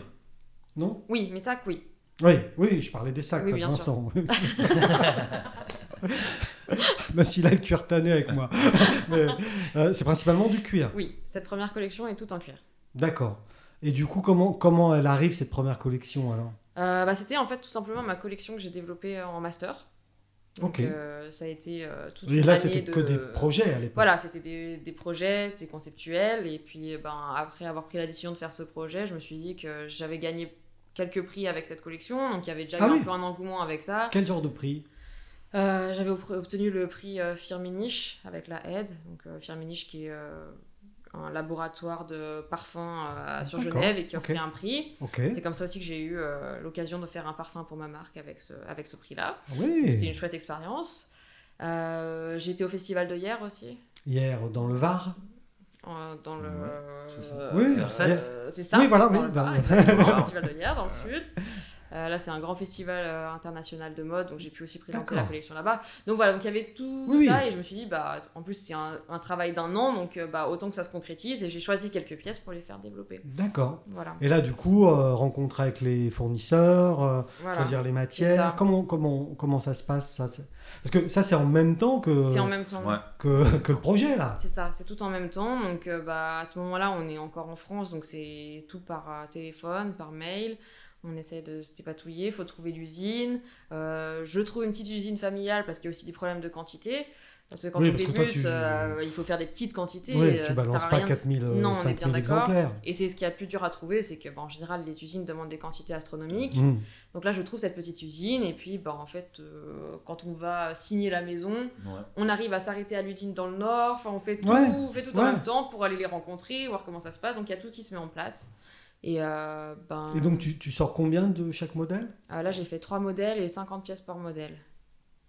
Speaker 1: non
Speaker 2: Oui, mes sacs, oui.
Speaker 1: Oui, oui, je parlais des sacs,
Speaker 2: Oui,
Speaker 1: pas de
Speaker 2: bien
Speaker 1: Vincent. Même s'il a le cuir tanné avec moi. Mais, euh, c'est principalement du cuir,
Speaker 2: Oui, cette première collection est toute en cuir.
Speaker 1: d'accord. Et du coup, comment, comment elle arrive, cette première collection, alors
Speaker 2: Euh, bah, C'était en fait tout simplement ma collection que j'ai développée euh, en master.
Speaker 1: Ok.
Speaker 2: Donc, euh, ça a été euh, toute
Speaker 1: Et
Speaker 2: une
Speaker 1: là,
Speaker 2: année
Speaker 1: c'était
Speaker 2: de...
Speaker 1: que des projets à l'époque.
Speaker 2: Voilà, c'était des, des projets, c'était conceptuel. Et puis, eh ben, après avoir pris la décision de faire ce projet, je me suis dit que j'avais gagné quelques prix avec cette collection. Donc, il y avait déjà
Speaker 1: Ah
Speaker 2: eu
Speaker 1: oui.
Speaker 2: un peu un engouement avec ça.
Speaker 1: Quel genre de prix
Speaker 2: Euh, j'avais op- obtenu le prix euh, Firmenich avec la aide. Donc, euh, Firmenich qui est euh, un laboratoire de parfums euh, sur
Speaker 1: D'accord,
Speaker 2: Genève et qui
Speaker 1: ok.
Speaker 2: offrait un prix.
Speaker 1: Ok.
Speaker 2: C'est comme ça aussi que j'ai eu euh, l'occasion de faire un parfum pour ma marque avec ce, avec ce prix-là. Donc, C'était
Speaker 1: Ah Oui.
Speaker 2: une chouette expérience. Euh, j'ai été au festival de hier aussi.
Speaker 1: Hier, dans le Var.
Speaker 2: Euh, dans le.
Speaker 3: Ouais, c'est ça.
Speaker 1: Oui,
Speaker 2: euh,
Speaker 3: Versailles.
Speaker 2: euh, c'est ça.
Speaker 1: Oui, voilà,
Speaker 2: dans
Speaker 1: oui,
Speaker 2: le
Speaker 1: dans-
Speaker 2: Var, exactement,
Speaker 3: Voilà.
Speaker 2: festival de Lierre, dans le sud. Euh, là, c'est un grand festival euh, international de mode, donc j'ai pu aussi présenter
Speaker 1: D'accord.
Speaker 2: la collection là-bas. Donc voilà, donc il y avait tout
Speaker 1: Oui,
Speaker 2: ça,
Speaker 1: oui.
Speaker 2: et je me suis dit, bah, en plus, c'est un, un travail d'un an, donc euh, bah, autant que ça se concrétise, et j'ai choisi quelques pièces pour les faire développer.
Speaker 1: D'accord.
Speaker 2: Voilà.
Speaker 1: Et là, du coup, euh, rencontre avec les fournisseurs, euh,
Speaker 2: voilà.
Speaker 1: choisir les
Speaker 2: c'est ça.
Speaker 1: matières. Comment, comment, comment ça se passe ça, c'est- Parce que ça, c'est en même temps que,
Speaker 2: C'est en même temps.
Speaker 3: Ouais.
Speaker 1: que, que le projet, là.
Speaker 2: C'est ça, c'est tout en même temps. Donc euh, bah, à ce moment-là, on est encore en France, donc c'est tout par euh, téléphone, par mail. On essaie de se dépatouiller, il faut trouver l'usine. Euh, je trouve une petite usine familiale parce qu'il y a aussi des problèmes de quantité. Parce que quand
Speaker 1: Oui,
Speaker 2: on
Speaker 1: parce que
Speaker 2: débute,
Speaker 1: toi, tu-
Speaker 2: euh, il faut faire des petites quantités.
Speaker 1: Oui,
Speaker 2: euh,
Speaker 1: tu
Speaker 2: ça
Speaker 1: balances
Speaker 2: sert à
Speaker 1: pas
Speaker 2: rien de
Speaker 1: 4000, euh,
Speaker 2: Non, on est
Speaker 1: 5000
Speaker 2: bien d'accord.
Speaker 1: exemplaires.
Speaker 2: et c'est ce qui est le plus dur à trouver, c'est que bah, en général les usines demandent des quantités astronomiques.
Speaker 1: Mm.
Speaker 2: Donc là je trouve cette petite usine et puis bah, en fait euh, quand on va signer la maison,
Speaker 3: Ouais.
Speaker 2: on arrive à s'arrêter à l'usine dans le nord, enfin on fait tout,
Speaker 1: Ouais,
Speaker 2: on fait tout en
Speaker 1: ouais.
Speaker 2: même temps pour aller les rencontrer, voir comment ça se passe, donc il y a tout qui se met en place. Et, euh, ben,
Speaker 1: Et donc, tu, tu sors combien de chaque modèle
Speaker 2: euh, là j'ai fait trois modèles et 50 pièces par modèle,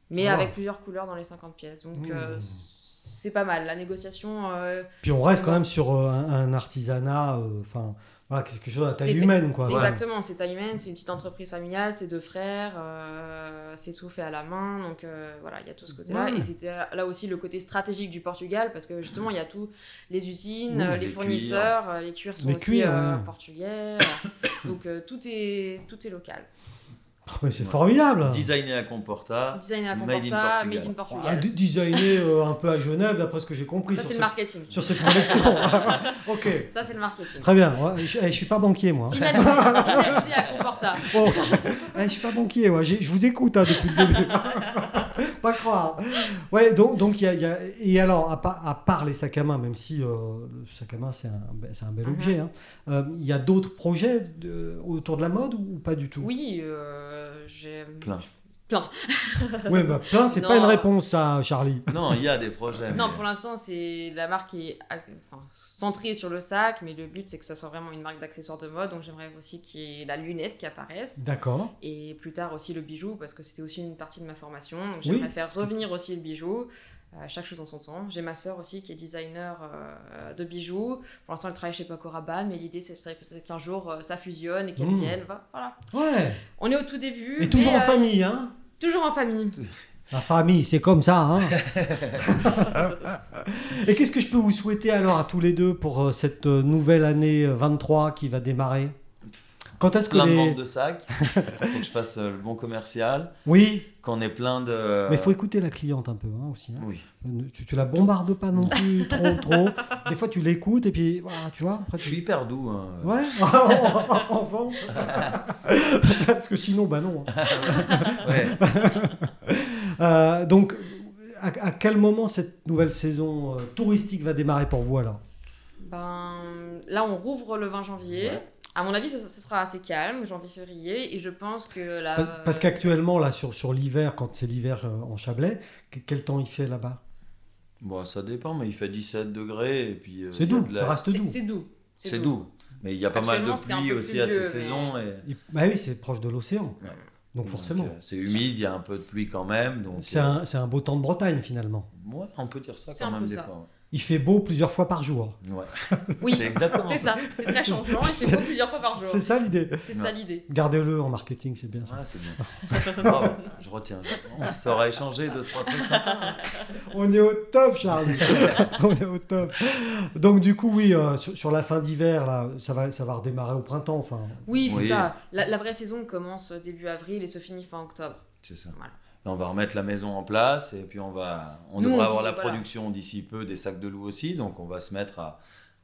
Speaker 2: mais
Speaker 1: Wow.
Speaker 2: avec plusieurs couleurs dans les 50 pièces, donc euh,
Speaker 1: Mmh.
Speaker 2: c'est pas mal, la négociation, euh,
Speaker 1: Puis on reste quand
Speaker 2: Ouais.
Speaker 1: même sur euh, un, un artisanat, euh, enfin, voilà, quelque chose à
Speaker 2: c'est
Speaker 1: taille
Speaker 2: fait-
Speaker 1: humaine, quoi.
Speaker 2: c'est
Speaker 1: Voilà.
Speaker 2: Exactement, c'est taille humaine, c'est une petite entreprise familiale, c'est deux frères, euh, c'est tout fait à la main, donc euh, voilà, il y a tout ce côté-là.
Speaker 1: Ouais.
Speaker 2: Et c'était là aussi le côté stratégique du Portugal, parce que justement, il y a tout, les usines,
Speaker 1: Oui,
Speaker 2: euh, les,
Speaker 3: les
Speaker 2: fournisseurs, euh, les cuirs sont
Speaker 1: Mmh. Les
Speaker 2: aussi
Speaker 1: cuirs,
Speaker 2: euh,
Speaker 1: ouais.
Speaker 2: portugais, donc euh, tout, est, tout est local.
Speaker 1: Ah, mais c'est
Speaker 3: Ouais.
Speaker 1: formidable
Speaker 3: Designé à Comporta.
Speaker 2: Design à
Speaker 3: Ah, Made in
Speaker 2: Comporta,
Speaker 3: Portugal.
Speaker 2: made in
Speaker 1: Ah,
Speaker 2: Portugal.
Speaker 1: d- Designé euh, un peu à Genève, d'après ce que j'ai compris
Speaker 2: ça,
Speaker 1: sur,
Speaker 2: c'est le
Speaker 1: cette,
Speaker 2: marketing.
Speaker 1: sur cette collection. ok,
Speaker 2: Ça, c'est le marketing.
Speaker 1: très bien. Ouais, je, eh, je suis pas banquier, moi.
Speaker 2: Finalisé, finalisé à Comporta.
Speaker 1: Bon, eh, je suis pas banquier, moi. J'ai- Je vous écoute hein, depuis le début. pas croire. Ouais, donc donc il y a, il y a- et alors à, pa- à part les sacs à main, même si euh, le sac à main c'est un be- c'est un bel
Speaker 2: Mhm.
Speaker 1: objet, hein, euh, il y a d'autres projets de- autour de la mode ou pas du tout
Speaker 2: Oui, euh, j'ai...
Speaker 3: Plein.
Speaker 1: Ouais, bah, plein, c'est
Speaker 2: Non.
Speaker 1: pas une réponse à Charlie.
Speaker 3: Non, il y a des projets.
Speaker 2: Non,
Speaker 3: mais-
Speaker 2: pour l'instant, c'est la marque est ac- enfin, centrée sur le sac, mais le but c'est que ça soit vraiment une marque d'accessoires de mode. Donc j'aimerais aussi qu'il y ait la lunette qui apparaisse
Speaker 1: D'accord.
Speaker 2: et plus tard aussi le bijou parce que c'était aussi une partie de ma formation. Donc j'aimerais faire revenir aussi le bijou. euh, chaque chose en son temps. J'ai ma sœur aussi qui est designer euh, de bijoux. Pour l'instant, elle travaille chez Paco Rabanne, mais l'idée c'est serait peut-être qu'un jour euh, ça fusionne et qu'elle
Speaker 1: Mm.
Speaker 2: vienne. Va- Voilà.
Speaker 1: Ouais.
Speaker 2: On est au tout début.
Speaker 1: Et toujours
Speaker 2: mais,
Speaker 1: en
Speaker 2: euh,
Speaker 1: famille, hein
Speaker 2: Toujours en famille.
Speaker 1: La famille, c'est comme ça. Hein Et qu'est-ce que je peux vous souhaiter alors à tous les deux pour euh, cette euh, nouvelle année euh, 23 qui va démarrer Quand est-ce que
Speaker 3: plein de
Speaker 1: les-
Speaker 3: ventes de sacs. Faut que je fasse euh, le bon commercial.
Speaker 1: Oui,
Speaker 3: Qu'on ait plein de.
Speaker 1: mais il faut écouter la cliente un peu hein, aussi. hein.
Speaker 3: Oui.
Speaker 1: Ne- Tu, tu la bombardes pas non plus trop, trop. Des fois, tu l'écoutes et puis, voilà, tu vois, après
Speaker 3: Je
Speaker 1: tu...
Speaker 3: suis hyper doux. hein.
Speaker 1: Ouais, en, en vente. Parce que sinon, bah non. hein.
Speaker 3: Ouais.
Speaker 1: Euh, donc, à, à quel moment cette nouvelle saison euh, touristique va démarrer pour vous alors
Speaker 2: Ben, là, on rouvre le 20 janvier.
Speaker 3: Ouais.
Speaker 2: À mon avis, ce, ce sera assez calme, janvier-février, et je pense que la.
Speaker 1: Pa- Parce qu'actuellement, là, sur, sur l'hiver, quand c'est l'hiver euh, en Chablais, que- quel temps il fait là-bas
Speaker 3: Bon, ça dépend, mais il fait 17 degrés et puis. euh,
Speaker 1: C'est
Speaker 3: il y a
Speaker 1: doux,
Speaker 3: de la-
Speaker 1: ça reste
Speaker 2: c'est
Speaker 1: doux.
Speaker 2: c'est doux.
Speaker 3: C'est doux. Mais il y a pas mal de
Speaker 2: Actuellement, c'était un
Speaker 3: pluie
Speaker 2: peu
Speaker 3: aussi à ces
Speaker 2: pluvieux, mais-
Speaker 3: saisons. Et...
Speaker 1: Et- bah oui, c'est proche de l'océan.
Speaker 3: Ouais.
Speaker 1: Donc forcément.
Speaker 3: euh, C'est humide, il y a un peu de pluie quand même. Donc,
Speaker 1: C'est
Speaker 3: euh,
Speaker 1: un, c'est un beau temps de Bretagne finalement.
Speaker 3: ouais, on peut dire ça
Speaker 2: C'est
Speaker 3: quand
Speaker 2: un
Speaker 3: même
Speaker 2: peu
Speaker 3: des
Speaker 2: ça.
Speaker 3: fois. hein.
Speaker 1: Il fait beau plusieurs fois par jour.
Speaker 3: ouais. Ouais.
Speaker 2: Oui,
Speaker 3: C'est exactement
Speaker 2: c'est
Speaker 3: ça.
Speaker 2: ça. C'est très changeant et c'est beau plusieurs fois par jour.
Speaker 1: C'est ça l'idée.
Speaker 2: C'est ça l'idée.
Speaker 1: Gardez-le en marketing, c'est bien ça.
Speaker 3: Ah, c'est bien. Bravo, je retiens. On saura échanger deux, trois trucs sympas.
Speaker 1: On est au top, Charlie. On est au top. Donc du coup, oui, euh, sur, sur la fin d'hiver, là, ça va, ça va redémarrer au printemps. Enfin,
Speaker 2: Oui, c'est
Speaker 3: Oui.
Speaker 2: ça. La, la vraie saison commence début avril et se finit fin octobre.
Speaker 3: C'est ça.
Speaker 2: Voilà.
Speaker 3: Là, on va remettre la maison en place et puis on va. On
Speaker 2: Nous,
Speaker 3: devrait
Speaker 2: on
Speaker 3: avoir
Speaker 2: dit,
Speaker 3: la
Speaker 2: voilà.
Speaker 3: production d'ici peu des sacs de loup aussi. Donc, on va se mettre à,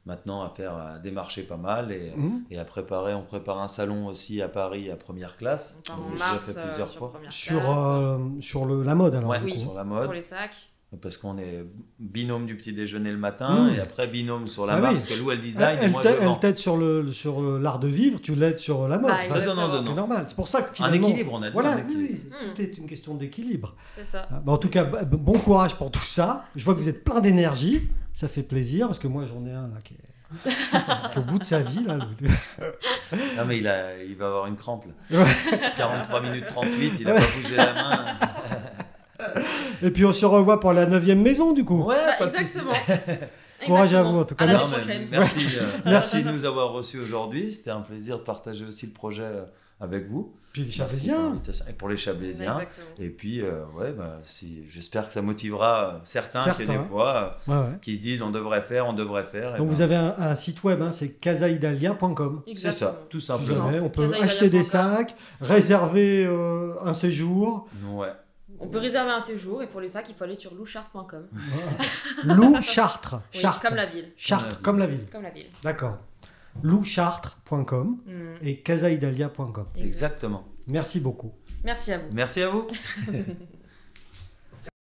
Speaker 3: maintenant à faire à démarcher pas mal et,
Speaker 1: hmm.
Speaker 3: et à préparer. On prépare un salon aussi à Paris à première classe.
Speaker 2: On part
Speaker 3: On
Speaker 2: en
Speaker 3: l'a
Speaker 2: mars
Speaker 3: fait
Speaker 2: euh,
Speaker 3: plusieurs
Speaker 2: sur
Speaker 3: fois.
Speaker 2: première
Speaker 1: sur,
Speaker 2: classe,
Speaker 1: euh, sur le, la mode alors.
Speaker 3: Ouais,
Speaker 1: du
Speaker 2: Oui.
Speaker 1: coup. hein.
Speaker 3: sur la
Speaker 2: pour
Speaker 3: mode.
Speaker 2: les sacs.
Speaker 3: Parce qu'on est binôme du petit déjeuner le matin
Speaker 1: Mm.
Speaker 3: et après binôme sur la
Speaker 1: Ah
Speaker 3: marque.
Speaker 1: oui.
Speaker 3: Parce que Lou, elle design
Speaker 1: Elle,
Speaker 3: et
Speaker 1: elle
Speaker 3: moi,
Speaker 1: t'a-
Speaker 3: je
Speaker 1: elle
Speaker 3: vends.
Speaker 1: t'aide sur le sur le- l'art de vivre, tu l'aides sur la mode.
Speaker 2: Bah,
Speaker 1: c'est
Speaker 3: Ça, ça n'en
Speaker 2: exactement.
Speaker 1: c'est
Speaker 3: donne.
Speaker 1: normal. C'est pour ça que
Speaker 3: Un
Speaker 1: finalement.
Speaker 3: équilibre, on a dit.
Speaker 1: Voilà,
Speaker 3: un
Speaker 1: oui,
Speaker 3: équilibre.
Speaker 1: oui,
Speaker 2: Hmm.
Speaker 1: tout est une question d'équilibre.
Speaker 2: C'est ça.
Speaker 1: Ah, bah, en tout cas, b- bon courage pour tout ça. Je vois que vous êtes plein d'énergie. Ça fait plaisir parce que moi j'en ai un là qui est, qui est au bout de sa vie là. le-
Speaker 3: Non, mais il, a, il va avoir une crampe. là.
Speaker 1: Ouais.
Speaker 3: 43 minutes 38, il a pas bougé la main.
Speaker 1: Et puis on se revoit pour la neuvième maison du coup.
Speaker 3: Ouais,
Speaker 2: Bah,
Speaker 3: Ah, pas de souci.
Speaker 2: exactement.
Speaker 1: Courage à
Speaker 2: Exactement.
Speaker 1: vous, en tout cas.
Speaker 2: À l'année
Speaker 1: Merci.
Speaker 3: Non, mais
Speaker 2: prochaine.
Speaker 3: Merci, euh,
Speaker 1: Merci.
Speaker 3: merci de nous avoir reçus aujourd'hui. C'était un plaisir de partager aussi le projet euh, avec vous.
Speaker 1: Puis les
Speaker 3: Merci pour
Speaker 1: Chablaisiens.
Speaker 3: l'invitation. Et pour les Chablaisiens.
Speaker 2: Exactement.
Speaker 3: Et puis, euh, ouais, bah, si, j'espère que ça motivera euh, certains, qui,
Speaker 1: Certains.
Speaker 3: des fois,
Speaker 1: Ouais, ouais.
Speaker 3: euh, qui se disent on devrait faire, on devrait faire. Et
Speaker 1: Donc
Speaker 3: ben,
Speaker 1: vous avez un, un site web, hein, c'est casaidalia.com.
Speaker 3: C'est ça,
Speaker 2: Exactement.
Speaker 3: tout
Speaker 1: Si
Speaker 3: simplement.
Speaker 1: jamais, on peut
Speaker 2: Casaidalia.com.
Speaker 1: acheter des sacs, réserver euh, un séjour.
Speaker 3: Ouais.
Speaker 2: On peut réserver un séjour et pour les sacs, il faut aller sur louchard.com. Oui,
Speaker 1: Lou Chartres. Chartres.
Speaker 2: comme la ville.
Speaker 1: Chartres, comme la ville.
Speaker 2: Comme la ville.
Speaker 1: D'accord. louchartres.com
Speaker 2: Mm.
Speaker 1: et casaidalia.com.
Speaker 3: Exactement.
Speaker 1: Merci beaucoup.
Speaker 2: Merci à vous.
Speaker 3: Merci à vous.